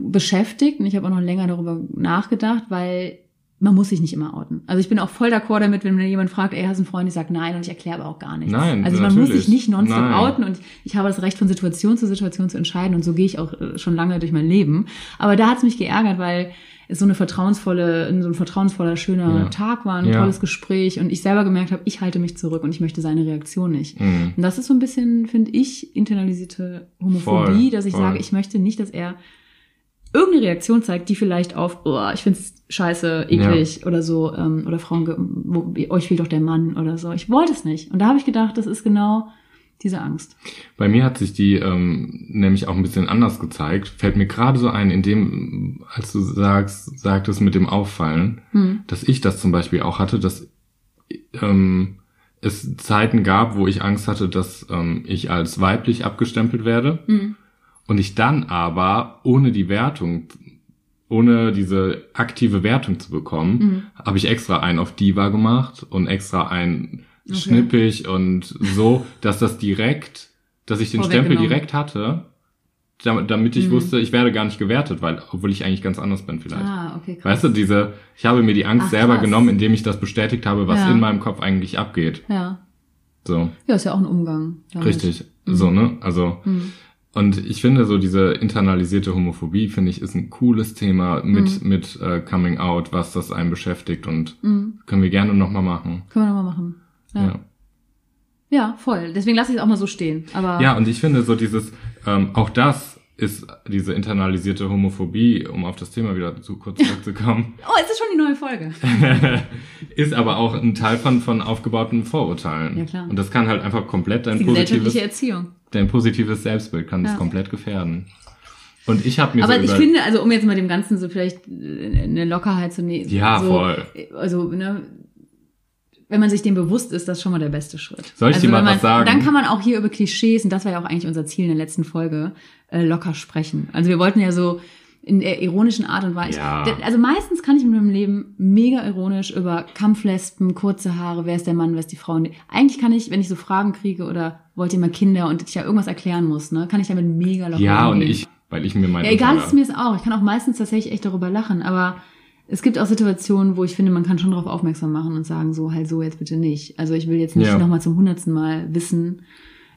Speaker 4: beschäftigt und ich habe auch noch länger darüber nachgedacht, weil man muss sich nicht immer outen. Also ich bin auch voll d'accord damit, wenn mir jemand fragt, ey, hast du einen Freund? Ich sage nein und ich erkläre aber auch gar nichts.
Speaker 3: Nein,
Speaker 4: also man muss
Speaker 3: natürlich.
Speaker 4: sich nicht nonstop
Speaker 3: Nein.
Speaker 4: outen und ich habe das Recht von Situation zu Situation zu entscheiden und so gehe ich auch äh, schon lange durch mein Leben. Aber da hat es mich geärgert, weil es so eine vertrauensvolle, so ein vertrauensvoller, schöner
Speaker 3: Ja.
Speaker 4: Tag war, ein
Speaker 3: Ja.
Speaker 4: tolles Gespräch und ich selber gemerkt habe, ich halte mich zurück und ich möchte seine Reaktion nicht.
Speaker 3: Mhm.
Speaker 4: Und das ist so ein bisschen, finde ich, internalisierte Homophobie,
Speaker 3: Voll,
Speaker 4: dass ich
Speaker 3: voll.
Speaker 4: sage, ich möchte nicht, dass er irgendeine Reaktion zeigt, die vielleicht auf, oh, ich find's scheiße, eklig oder so, ähm, oder Frauen, ge- wo, euch fehlt doch der Mann oder so. Ich wollte es nicht. Und da habe ich gedacht, das ist genau diese Angst.
Speaker 3: Bei mir hat sich die ähm, nämlich auch ein bisschen anders gezeigt. Fällt mir gerade so ein, in dem, als du sagst, sagtest mit dem Auffallen,
Speaker 4: Hm.
Speaker 3: dass ich das zum Beispiel auch hatte, dass ähm, es Zeiten gab, wo ich Angst hatte, dass ähm, ich als weiblich abgestempelt werde
Speaker 4: Hm.
Speaker 3: und ich dann aber ohne die Wertung, ohne diese aktive Wertung zu bekommen,
Speaker 4: Mhm. Hm.
Speaker 3: habe ich extra einen auf Diva gemacht und extra einen
Speaker 4: Okay.
Speaker 3: schnippig und so, dass das direkt, dass ich den Stempel
Speaker 4: Vorweggenommen.
Speaker 3: direkt hatte, damit, damit ich
Speaker 4: Mhm.
Speaker 3: wusste, ich werde gar nicht gewertet, weil obwohl ich eigentlich ganz anders bin vielleicht.
Speaker 4: Ah, okay, krass.
Speaker 3: Weißt du, diese, ich habe mir die Angst
Speaker 4: Ach,
Speaker 3: selber
Speaker 4: krass.
Speaker 3: genommen, indem ich das bestätigt habe, was
Speaker 4: Ja.
Speaker 3: in meinem Kopf eigentlich abgeht.
Speaker 4: Ja.
Speaker 3: So,
Speaker 4: Ja, ist ja auch ein Umgang. damit.
Speaker 3: richtig. So, ne? Also,
Speaker 4: Hm.
Speaker 3: Und ich finde so diese internalisierte Homophobie, finde ich, ist ein cooles Thema mit, mit äh, Coming Out, was das einen beschäftigt und
Speaker 4: Mhm.
Speaker 3: können wir gerne nochmal machen.
Speaker 4: Können wir nochmal machen. Ja. ja.
Speaker 3: Ja.
Speaker 4: voll. Deswegen lasse ich es auch mal so stehen. Aber
Speaker 3: ja, und ich finde so dieses, ähm, auch das ist diese internalisierte Homophobie, um auf das Thema wieder zu kurz zurückzukommen,
Speaker 4: oh, es ist schon die neue Folge.
Speaker 3: ist aber auch ein Teil von, von aufgebauten Vorurteilen.
Speaker 4: Ja, klar.
Speaker 3: Und das kann halt einfach komplett dein
Speaker 4: Die gesellschaftliche
Speaker 3: positives
Speaker 4: Erziehung.
Speaker 3: dein positives Selbstbild kann
Speaker 4: Ja.
Speaker 3: das komplett gefährden. Und ich habe mir
Speaker 4: Aber
Speaker 3: so
Speaker 4: ich
Speaker 3: über
Speaker 4: finde, also um jetzt mal dem Ganzen so vielleicht äh, eine Lockerheit zu nehmen.
Speaker 3: Ja,
Speaker 4: so,
Speaker 3: voll.
Speaker 4: Also, ne, wenn man sich dem bewusst ist, das ist schon mal der beste Schritt.
Speaker 3: Soll ich
Speaker 4: also,
Speaker 3: dir mal
Speaker 4: wenn man,
Speaker 3: was sagen?
Speaker 4: Dann kann man auch hier über Klischees, und das war ja auch eigentlich unser Ziel in der letzten Folge, äh, locker sprechen. Also wir wollten ja so in der ironischen Art und Weise.
Speaker 3: Ja.
Speaker 4: Denn- Also meistens kann ich in meinem Leben mega ironisch über Kampflespen, kurze Haare, wer ist der Mann, wer ist die Frau. Und Eigentlich kann ich, wenn ich so Fragen kriege oder wollt ihr mal Kinder und ich ja irgendwas erklären muss, ne, kann ich damit mega locker
Speaker 3: ja und
Speaker 4: umgehen.
Speaker 3: ich, weil ich mir meine
Speaker 4: Ja, egal,
Speaker 3: Unterlagen-
Speaker 4: ist mir es auch. Ich kann auch meistens tatsächlich echt darüber lachen, aber es gibt auch Situationen, wo ich finde, man kann schon darauf aufmerksam machen und sagen, so, halt so, jetzt bitte nicht. Also ich will jetzt nicht
Speaker 3: Ja.
Speaker 4: nochmal zum hundertsten Mal wissen,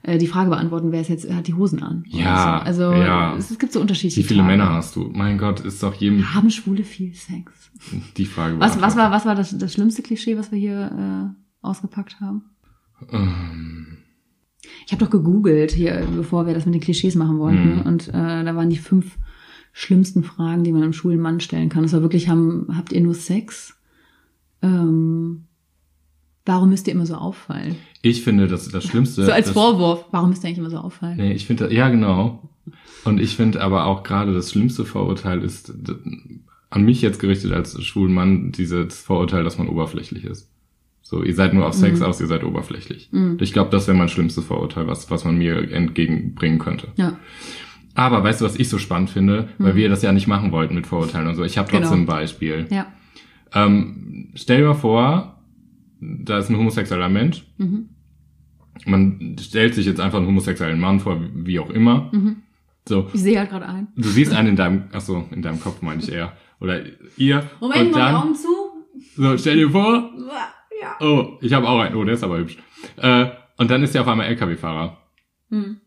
Speaker 4: äh, die Frage beantworten, wer es jetzt hat die Hosen an. oder
Speaker 3: Ja,
Speaker 4: so. Also
Speaker 3: ja.
Speaker 4: Es, es gibt so unterschiedliche
Speaker 3: wie viele
Speaker 4: Fragen.
Speaker 3: Männer hast du? Mein Gott, ist doch jedem
Speaker 4: Haben Schwule viel Sex?
Speaker 3: die Frage.
Speaker 4: Was, was
Speaker 3: beantwortet.
Speaker 4: war, was war das, das schlimmste Klischee, was wir hier äh, ausgepackt haben?
Speaker 3: Ähm,
Speaker 4: Ich habe doch gegoogelt hier, bevor wir das mit den Klischees machen wollten.
Speaker 3: Mhm.
Speaker 4: Und äh, da waren die fünf schlimmsten Fragen, die man einem schwulen Mann stellen kann. Das war wirklich, haben, habt ihr nur Sex? Ähm, warum müsst ihr immer so auffallen?
Speaker 3: ich finde, das das Schlimmste.
Speaker 4: so als
Speaker 3: das,
Speaker 4: Vorwurf, warum müsst ihr eigentlich immer so auffallen?
Speaker 3: Nee, ich finde, ja genau. Und ich finde aber auch gerade das schlimmste Vorurteil ist d- an mich jetzt gerichtet als schwulen Mann dieses Vorurteil, dass man oberflächlich ist. So, ihr seid nur auf
Speaker 4: Mhm.
Speaker 3: Sex aus, ihr seid oberflächlich. Ich glaube, das wäre mein schlimmstes Vorurteil, was, was man mir entgegenbringen könnte.
Speaker 4: Ja,
Speaker 3: Aber weißt du, was ich so spannend finde? Weil wir das ja nicht machen wollten mit Vorurteilen und so. Ich habe trotzdem
Speaker 4: Hm. Genau.
Speaker 3: ein Beispiel.
Speaker 4: ja.
Speaker 3: Ähm, stell dir mal vor, da ist ein homosexueller Mensch.
Speaker 4: Mhm.
Speaker 3: Man stellt sich jetzt einfach einen homosexuellen Mann vor, wie auch immer.
Speaker 4: Mhm.
Speaker 3: So,
Speaker 4: Ich sehe halt gerade ein.
Speaker 3: du siehst einen in deinem, ach so, in deinem Kopf meine ich eher. Oder ihr. und dann,
Speaker 4: zu.
Speaker 3: so, stell dir vor,
Speaker 4: Ja.
Speaker 3: oh, ich habe auch einen, oh, der ist aber hübsch. Äh, und dann ist er auf einmal LKW-Fahrer.
Speaker 4: Hm.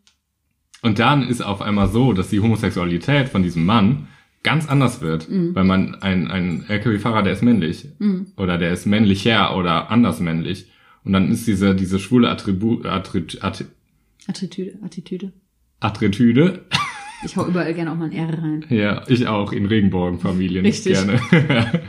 Speaker 3: Und dann ist auf einmal so, dass die Homosexualität von diesem Mann ganz anders wird, weil man ein, ein LKW-Fahrer, der ist männlich
Speaker 4: Mhm.
Speaker 3: oder der ist männlicher oder anders männlich. Und dann ist diese, diese schwule Attribut, Attrit, Att,
Speaker 4: Attitüde, Attitüde.
Speaker 3: Attritüde,
Speaker 4: Ich hau überall gerne auch mal ein R rein.
Speaker 3: ja, ich auch in Regenbogenfamilien
Speaker 4: Richtig.
Speaker 3: gerne.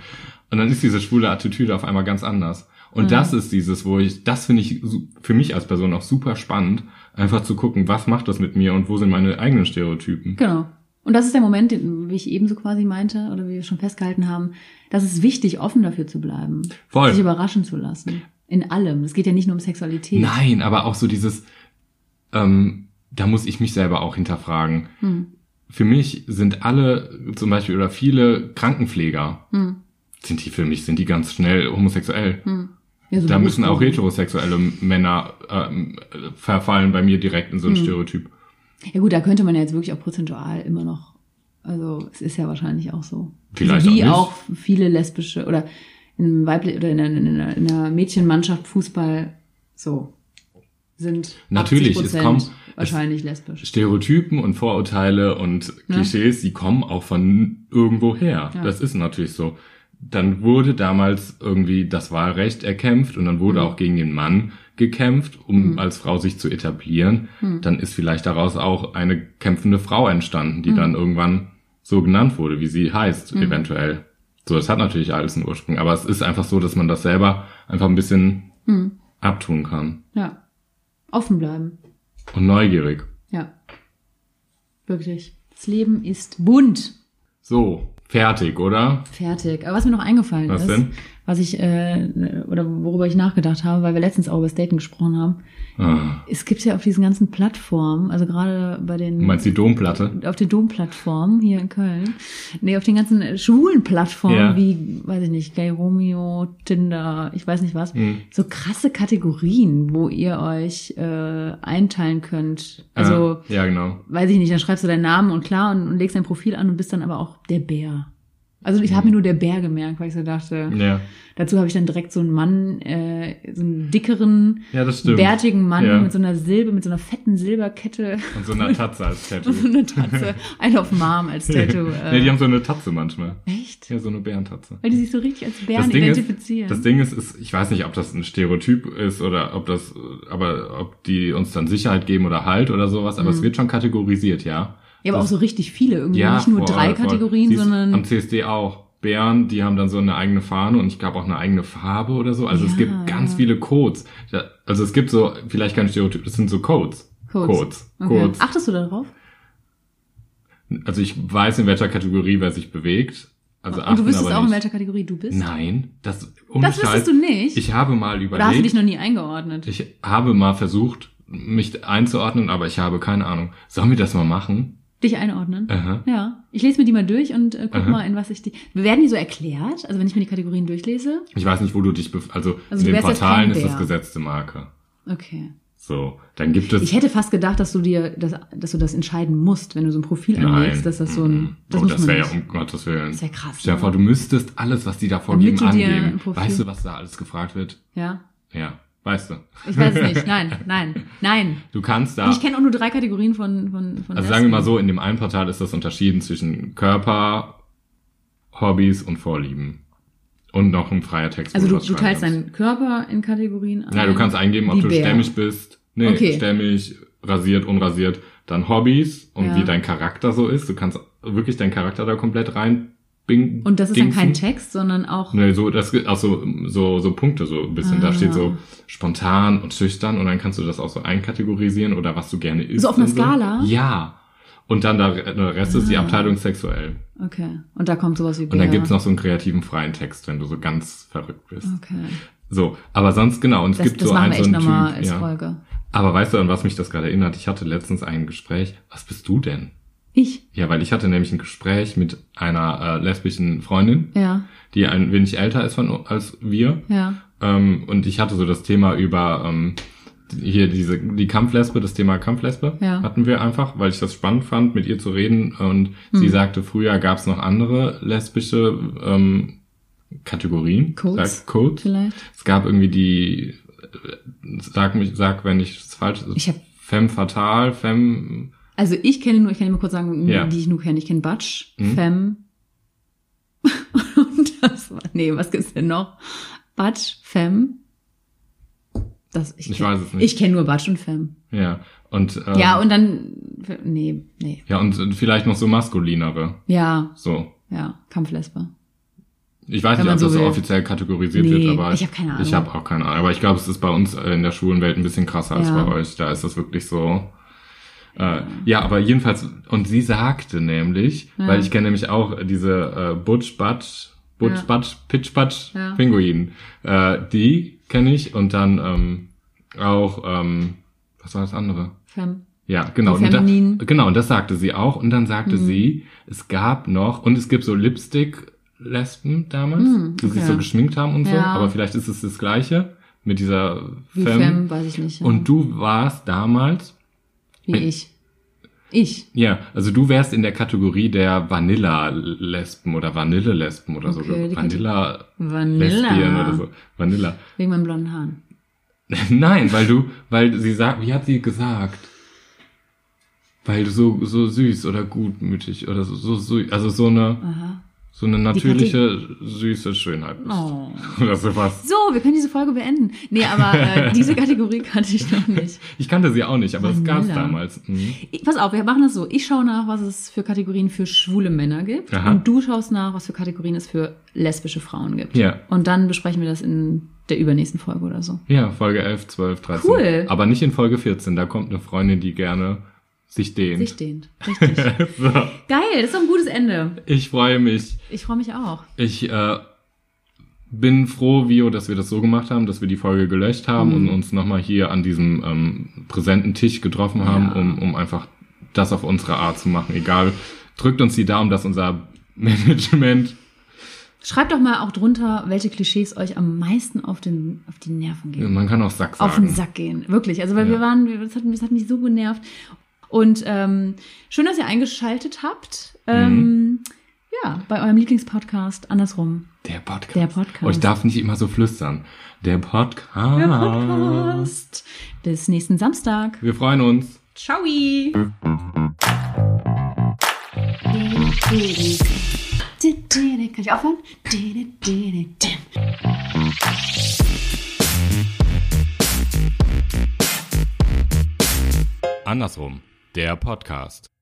Speaker 3: Und dann ist diese schwule Attitüde auf einmal ganz anders. Und das ist dieses, wo ich, das finde ich su- für mich als Person auch super spannend, einfach zu gucken, was macht das mit mir und wo sind meine eigenen Stereotypen.
Speaker 4: Genau. Und das ist der Moment, den, wie ich eben so quasi meinte oder wie wir schon festgehalten haben, dass es wichtig, offen dafür zu bleiben,
Speaker 3: Voll.
Speaker 4: sich überraschen zu lassen. In allem. Es geht ja nicht nur um Sexualität.
Speaker 3: Nein, aber auch so dieses, ähm, da muss ich mich selber auch hinterfragen.
Speaker 4: Hm.
Speaker 3: Für mich sind alle zum Beispiel oder viele Krankenpfleger,
Speaker 4: Hm.
Speaker 3: sind die für mich, sind die ganz schnell homosexuell.
Speaker 4: Ja, so
Speaker 3: Da müssen auch
Speaker 4: Berufsgruppen.
Speaker 3: heterosexuelle Männer ähm, äh, verfallen bei mir direkt in so
Speaker 4: Hm.
Speaker 3: ein Stereotyp.
Speaker 4: Ja gut, da könnte man ja jetzt wirklich auch prozentual immer noch. Also es ist ja wahrscheinlich auch so.
Speaker 3: Vielleicht
Speaker 4: also, wie auch,
Speaker 3: auch
Speaker 4: viele lesbische oder in weiblich oder in einer, in einer, in einer Mädchenmannschaft Fußball so sind.
Speaker 3: Natürlich, es
Speaker 4: 80%
Speaker 3: kommt-
Speaker 4: wahrscheinlich lesbisch.
Speaker 3: Stereotypen und Vorurteile und
Speaker 4: Ja.
Speaker 3: Klischees, die kommen auch von irgendwo her.
Speaker 4: Ja.
Speaker 3: Das ist natürlich so. Dann wurde damals irgendwie das Wahlrecht erkämpft und dann wurde
Speaker 4: Mhm.
Speaker 3: auch gegen den Mann gekämpft, um als Frau sich zu etablieren.
Speaker 4: Mhm.
Speaker 3: Dann ist vielleicht daraus auch eine kämpfende Frau entstanden, die
Speaker 4: Mhm.
Speaker 3: dann irgendwann so genannt wurde, wie sie heißt, eventuell. So, das hat natürlich alles einen Ursprung, aber es ist einfach so, dass man das selber einfach ein bisschen
Speaker 4: Hm.
Speaker 3: abtun kann.
Speaker 4: Ja. Offen bleiben.
Speaker 3: Und neugierig.
Speaker 4: Ja. Wirklich. Das Leben ist bunt.
Speaker 3: So, fertig, oder?
Speaker 4: Fertig. Aber was mir noch eingefallen
Speaker 3: Was
Speaker 4: ist,
Speaker 3: denn?
Speaker 4: was ich äh, oder worüber ich nachgedacht habe, weil wir letztens auch über das Daten gesprochen haben,
Speaker 3: Ah.
Speaker 4: es gibt ja auf diesen ganzen Plattformen, also gerade bei den
Speaker 3: Du meinst die Domplatte?
Speaker 4: auf den Domplattformen hier in Köln. Nee, auf den ganzen äh, schwulen Plattformen
Speaker 3: Ja.
Speaker 4: wie, weiß ich nicht, Gay Romeo, Tinder, ich weiß nicht was.
Speaker 3: Mhm.
Speaker 4: So krasse Kategorien, wo ihr euch äh, einteilen könnt. Also,
Speaker 3: ja, ja, genau.
Speaker 4: weiß ich nicht, dann schreibst du deinen Namen und klar und, und legst dein Profil an und bist dann aber auch der Bär. Also ich habe mir nur der Bär gemerkt, weil ich so dachte,
Speaker 3: Mhm. Ja.
Speaker 4: dazu habe ich dann direkt so einen Mann, äh, so einen dickeren,
Speaker 3: Ja, das stimmt.
Speaker 4: bärtigen Mann
Speaker 3: Ja.
Speaker 4: mit so einer Silbe, mit so einer fetten Silberkette
Speaker 3: Und so eine Tatze als Tattoo.
Speaker 4: und so eine Tatze. I love Mom als Tattoo.
Speaker 3: nee, die
Speaker 4: Äh,
Speaker 3: haben so eine Tatze manchmal.
Speaker 4: echt?
Speaker 3: Ja, so eine Bärentatze.
Speaker 4: Weil die sich so richtig als Bären identifizieren.
Speaker 3: Ist, das Ding ist, ist, ich weiß nicht, ob das ein Stereotyp ist oder ob das, äh, aber ob die uns dann Sicherheit geben oder Halt oder sowas, aber es wird schon kategorisiert, ja.
Speaker 4: Mhm. ja, aber auch
Speaker 3: das-
Speaker 4: so richtig viele irgendwie. nicht nur
Speaker 3: voll,
Speaker 4: drei
Speaker 3: voll.
Speaker 4: Kategorien,
Speaker 3: Siehst,
Speaker 4: sondern
Speaker 3: Am CSD auch. Bären, die haben dann so eine eigene Fahne und ich glaube auch eine eigene Farbe oder so. Also es
Speaker 4: Ja.
Speaker 3: gibt ganz viele Codes. Ja, Also es gibt so, vielleicht kein Stereotyp, das sind so Codes.
Speaker 4: Codes.
Speaker 3: Codes.
Speaker 4: Okay.
Speaker 3: Codes.
Speaker 4: Achtest du darauf?
Speaker 3: Also ich weiß, in welcher Kategorie wer sich bewegt. Also
Speaker 4: Und du
Speaker 3: achten
Speaker 4: wüsstest
Speaker 3: aber
Speaker 4: auch, in
Speaker 3: nicht.
Speaker 4: welcher Kategorie du bist?
Speaker 3: Nein, das, ohne
Speaker 4: Das wüsstest
Speaker 3: Scheiß.
Speaker 4: du nicht?
Speaker 3: Ich habe mal
Speaker 4: Oder hast du dich
Speaker 3: überlegt,
Speaker 4: noch nie eingeordnet?
Speaker 3: ich habe mal versucht, mich einzuordnen, aber ich habe keine Ahnung. Sollen wir das mal machen?
Speaker 4: Dich einordnen?
Speaker 3: Aha.
Speaker 4: Ja. Ich lese mir die mal durch und äh, guck
Speaker 3: Äh. Aha.
Speaker 4: mal, in was ich die... Werden die so erklärt? Also wenn ich mir die Kategorien durchlese?
Speaker 3: Ich weiß nicht, wo du dich, bef also,
Speaker 4: Also du
Speaker 3: in den
Speaker 4: wärst jetzt
Speaker 3: Portalen
Speaker 4: kein
Speaker 3: ist das
Speaker 4: Bär.
Speaker 3: gesetzte Marke.
Speaker 4: Okay.
Speaker 3: So, dann gibt es.
Speaker 4: Ich hätte fast gedacht, dass du dir, das, dass du das entscheiden musst, wenn du so ein Profil anlegst, dass das so
Speaker 3: mhm.
Speaker 4: ein... Das
Speaker 3: oh,
Speaker 4: muss
Speaker 3: das
Speaker 4: man
Speaker 3: wäre ja um
Speaker 4: nicht.
Speaker 3: Gottes Willen.
Speaker 4: Das wär krass,
Speaker 3: Stell dir
Speaker 4: ne?
Speaker 3: vor, du müsstest alles, was die da vorgeben,
Speaker 4: Damit du dir ein
Speaker 3: angeben.
Speaker 4: Profil-
Speaker 3: Weißt du, was da alles gefragt wird?
Speaker 4: Ja.
Speaker 3: Ja, weißt du.
Speaker 4: Ich weiß es nicht. Nein, nein, nein.
Speaker 3: Du kannst da.
Speaker 4: Und ich kenne auch nur drei Kategorien von... von, von
Speaker 3: Also sagen wir mal
Speaker 4: Lesben.
Speaker 3: so, in dem einen Portal ist das unterschieden zwischen Körper, Hobbys und Vorlieben. Und noch ein freier Text. wo
Speaker 4: Also du,
Speaker 3: was
Speaker 4: du
Speaker 3: schreiben
Speaker 4: teilst
Speaker 3: kannst.
Speaker 4: deinen Körper in Kategorien ein.
Speaker 3: Ja, du kannst eingeben, ob
Speaker 4: Die
Speaker 3: du
Speaker 4: Bär.
Speaker 3: stämmig bist. Nee,
Speaker 4: Okay.
Speaker 3: stämmig, rasiert, unrasiert. Dann Hobbys und
Speaker 4: Ja.
Speaker 3: wie dein Charakter so ist. Du kannst wirklich deinen Charakter da komplett rein bing,
Speaker 4: Und das ist dann kein
Speaker 3: dingsen.
Speaker 4: Text, sondern auch...
Speaker 3: Nee, so, das, ach so, so, so Punkte, so ein bisschen.
Speaker 4: Ah.
Speaker 3: Da steht so spontan und schüchtern und dann kannst du das auch so einkategorisieren oder was du gerne isst.
Speaker 4: So auf einer
Speaker 3: und
Speaker 4: Skala?
Speaker 3: Ja. Und dann der, der Rest ist die
Speaker 4: Ah.
Speaker 3: Abteilung sexuell.
Speaker 4: Okay. Und da kommt sowas wie
Speaker 3: Und
Speaker 4: Bär.
Speaker 3: dann gibt's noch so einen kreativen freien Text, wenn du so ganz verrückt bist.
Speaker 4: Okay.
Speaker 3: So, aber sonst genau. Und es
Speaker 4: Das,
Speaker 3: gibt
Speaker 4: das
Speaker 3: so einen,
Speaker 4: machen wir
Speaker 3: so
Speaker 4: echt
Speaker 3: einen
Speaker 4: nochmal
Speaker 3: Typ.
Speaker 4: als
Speaker 3: Ja.
Speaker 4: Folge.
Speaker 3: Aber weißt du, an was mich das gerade erinnert? Ich hatte letztens ein Gespräch. Was bist du denn?
Speaker 4: Ich?
Speaker 3: Ja, weil ich hatte nämlich ein Gespräch mit einer äh, lesbischen Freundin,
Speaker 4: Ja,
Speaker 3: die ein wenig älter ist von, als wir.
Speaker 4: ja.
Speaker 3: Ähm, und ich hatte so das Thema über ähm, hier diese die Kampflesbe, das Thema Kampflesbe
Speaker 4: Ja.
Speaker 3: hatten wir einfach, weil ich das spannend fand, mit ihr zu reden. Und
Speaker 4: Mhm.
Speaker 3: sie sagte, früher gab es noch andere lesbische ähm, Kategorien.
Speaker 4: Codes?
Speaker 3: Sag, Codes.
Speaker 4: Vielleicht.
Speaker 3: Es gab irgendwie die, äh, sag mich, sag, wenn ich es falsch
Speaker 4: Ich hab-
Speaker 3: Femme fatal, Femme,
Speaker 4: Also ich kenne nur, ich kann dir mal kurz sagen,
Speaker 3: Ja.
Speaker 4: die ich nur kenne. Ich kenne Batsch,
Speaker 3: Mhm.
Speaker 4: Fem. Und das war, nee, was gibt's denn noch? Batsch, Fem. Das, ich,
Speaker 3: Ich
Speaker 4: kenn-
Speaker 3: weiß es nicht.
Speaker 4: Ich kenne nur Batsch und Fem.
Speaker 3: ja. Und, ähm,
Speaker 4: Ja, und dann, nee, nee.
Speaker 3: ja, und vielleicht noch so maskulinere.
Speaker 4: Ja,
Speaker 3: So.
Speaker 4: ja, Kampflesbe.
Speaker 3: Ich weiß nicht,
Speaker 4: Wenn
Speaker 3: ob
Speaker 4: man
Speaker 3: das
Speaker 4: so
Speaker 3: so
Speaker 4: will.
Speaker 3: offiziell kategorisiert
Speaker 4: Nee,
Speaker 3: wird, aber
Speaker 4: ich hab keine Ahnung.
Speaker 3: Ich habe auch keine Ahnung. Aber ich glaube, es ist bei uns äh, in der Schulenwelt ein bisschen krasser als
Speaker 4: Ja.
Speaker 3: bei euch. Da ist das wirklich so. Äh, ja, aber jedenfalls, und sie sagte nämlich,
Speaker 4: Ja.
Speaker 3: weil ich kenne nämlich auch diese äh, Butch Butch, Butch
Speaker 4: Ja.
Speaker 3: Butch, Pitch Butch
Speaker 4: Ja.
Speaker 3: Pinguin. Äh, die kenne ich und dann ähm, auch, ähm, was war das andere?
Speaker 4: Fem.
Speaker 3: Ja, genau.
Speaker 4: Die
Speaker 3: Und da,
Speaker 4: Feminin. Mhm.
Speaker 3: genau, und das sagte sie auch. Und dann sagte sie, es gab noch, und es gibt so Lipstick-Lesben damals,
Speaker 4: Mhm,
Speaker 3: die sich
Speaker 4: okay.
Speaker 3: so geschminkt haben und so.
Speaker 4: Ja.
Speaker 3: Aber vielleicht ist es das Gleiche mit dieser
Speaker 4: Wie
Speaker 3: Femme.
Speaker 4: Fem, weiß ich nicht. ja.
Speaker 3: Und du warst damals,
Speaker 4: Wie ich. Ich.
Speaker 3: ja, also du wärst in der Kategorie der Vanilla-Lesben oder Vanille-Lesben oder
Speaker 4: Okay,
Speaker 3: so.
Speaker 4: die
Speaker 3: Vanilla-Lesbien
Speaker 4: Vanilla.
Speaker 3: oder so. Vanilla.
Speaker 4: Wegen meinen blonden Haaren.
Speaker 3: Nein, weil du, weil sie sagt, wie hat sie gesagt? Weil du so, so süß oder gutmütig oder so, so süß, also so eine,
Speaker 4: Aha.
Speaker 3: so eine natürliche, süße Schönheit bist.
Speaker 4: Oh.
Speaker 3: Oder sowas.
Speaker 4: So, wir können diese Folge beenden. Nee, aber äh, diese Kategorie kannte ich noch nicht.
Speaker 3: Ich kannte sie auch nicht, aber es gab's
Speaker 4: Vanilla.
Speaker 3: damals. Mhm.
Speaker 4: Ich, pass auf, wir machen das so. Ich schaue nach, was es für Kategorien für schwule Männer gibt.
Speaker 3: Aha.
Speaker 4: Und du schaust nach, was für Kategorien es für lesbische Frauen gibt.
Speaker 3: Ja.
Speaker 4: Und dann besprechen wir das in der übernächsten Folge oder so.
Speaker 3: Ja, Folge 11, 12, 13.
Speaker 4: Cool.
Speaker 3: Aber nicht in Folge 14, da kommt eine Freundin, die gerne sich dehnt.
Speaker 4: Sich dehnt. Richtig.
Speaker 3: so.
Speaker 4: Geil, das ist doch ein gutes Ende.
Speaker 3: Ich freue mich.
Speaker 4: Ich freue mich auch.
Speaker 3: Ich äh, bin froh, Vio, dass wir das so gemacht haben, dass wir die Folge gelöscht haben
Speaker 4: Mhm.
Speaker 3: und uns nochmal hier an diesem ähm, präsenten Tisch getroffen haben,
Speaker 4: Ja.
Speaker 3: um, um einfach das auf unsere Art zu machen. Egal, drückt uns die Daumen, dass unser Management
Speaker 4: Schreibt doch mal auch drunter, welche Klischees euch am meisten auf, den, auf die Nerven gehen.
Speaker 3: man kann auch Sack sagen.
Speaker 4: auf den Sack gehen. Wirklich. Also, weil
Speaker 3: Ja.
Speaker 4: wir waren, das hat, das hat mich so genervt. Und ähm, schön, dass ihr eingeschaltet habt. Ähm, Ja, bei eurem Lieblingspodcast andersrum.
Speaker 3: Der Podcast.
Speaker 4: Der Podcast.
Speaker 3: Oh, ich darf nicht immer so flüstern. Der Podcast.
Speaker 4: Der Podcast. Bis nächsten Samstag.
Speaker 3: Wir freuen uns.
Speaker 4: Ciao. Kann ich aufhören?
Speaker 3: Andersrum. Der Podcast.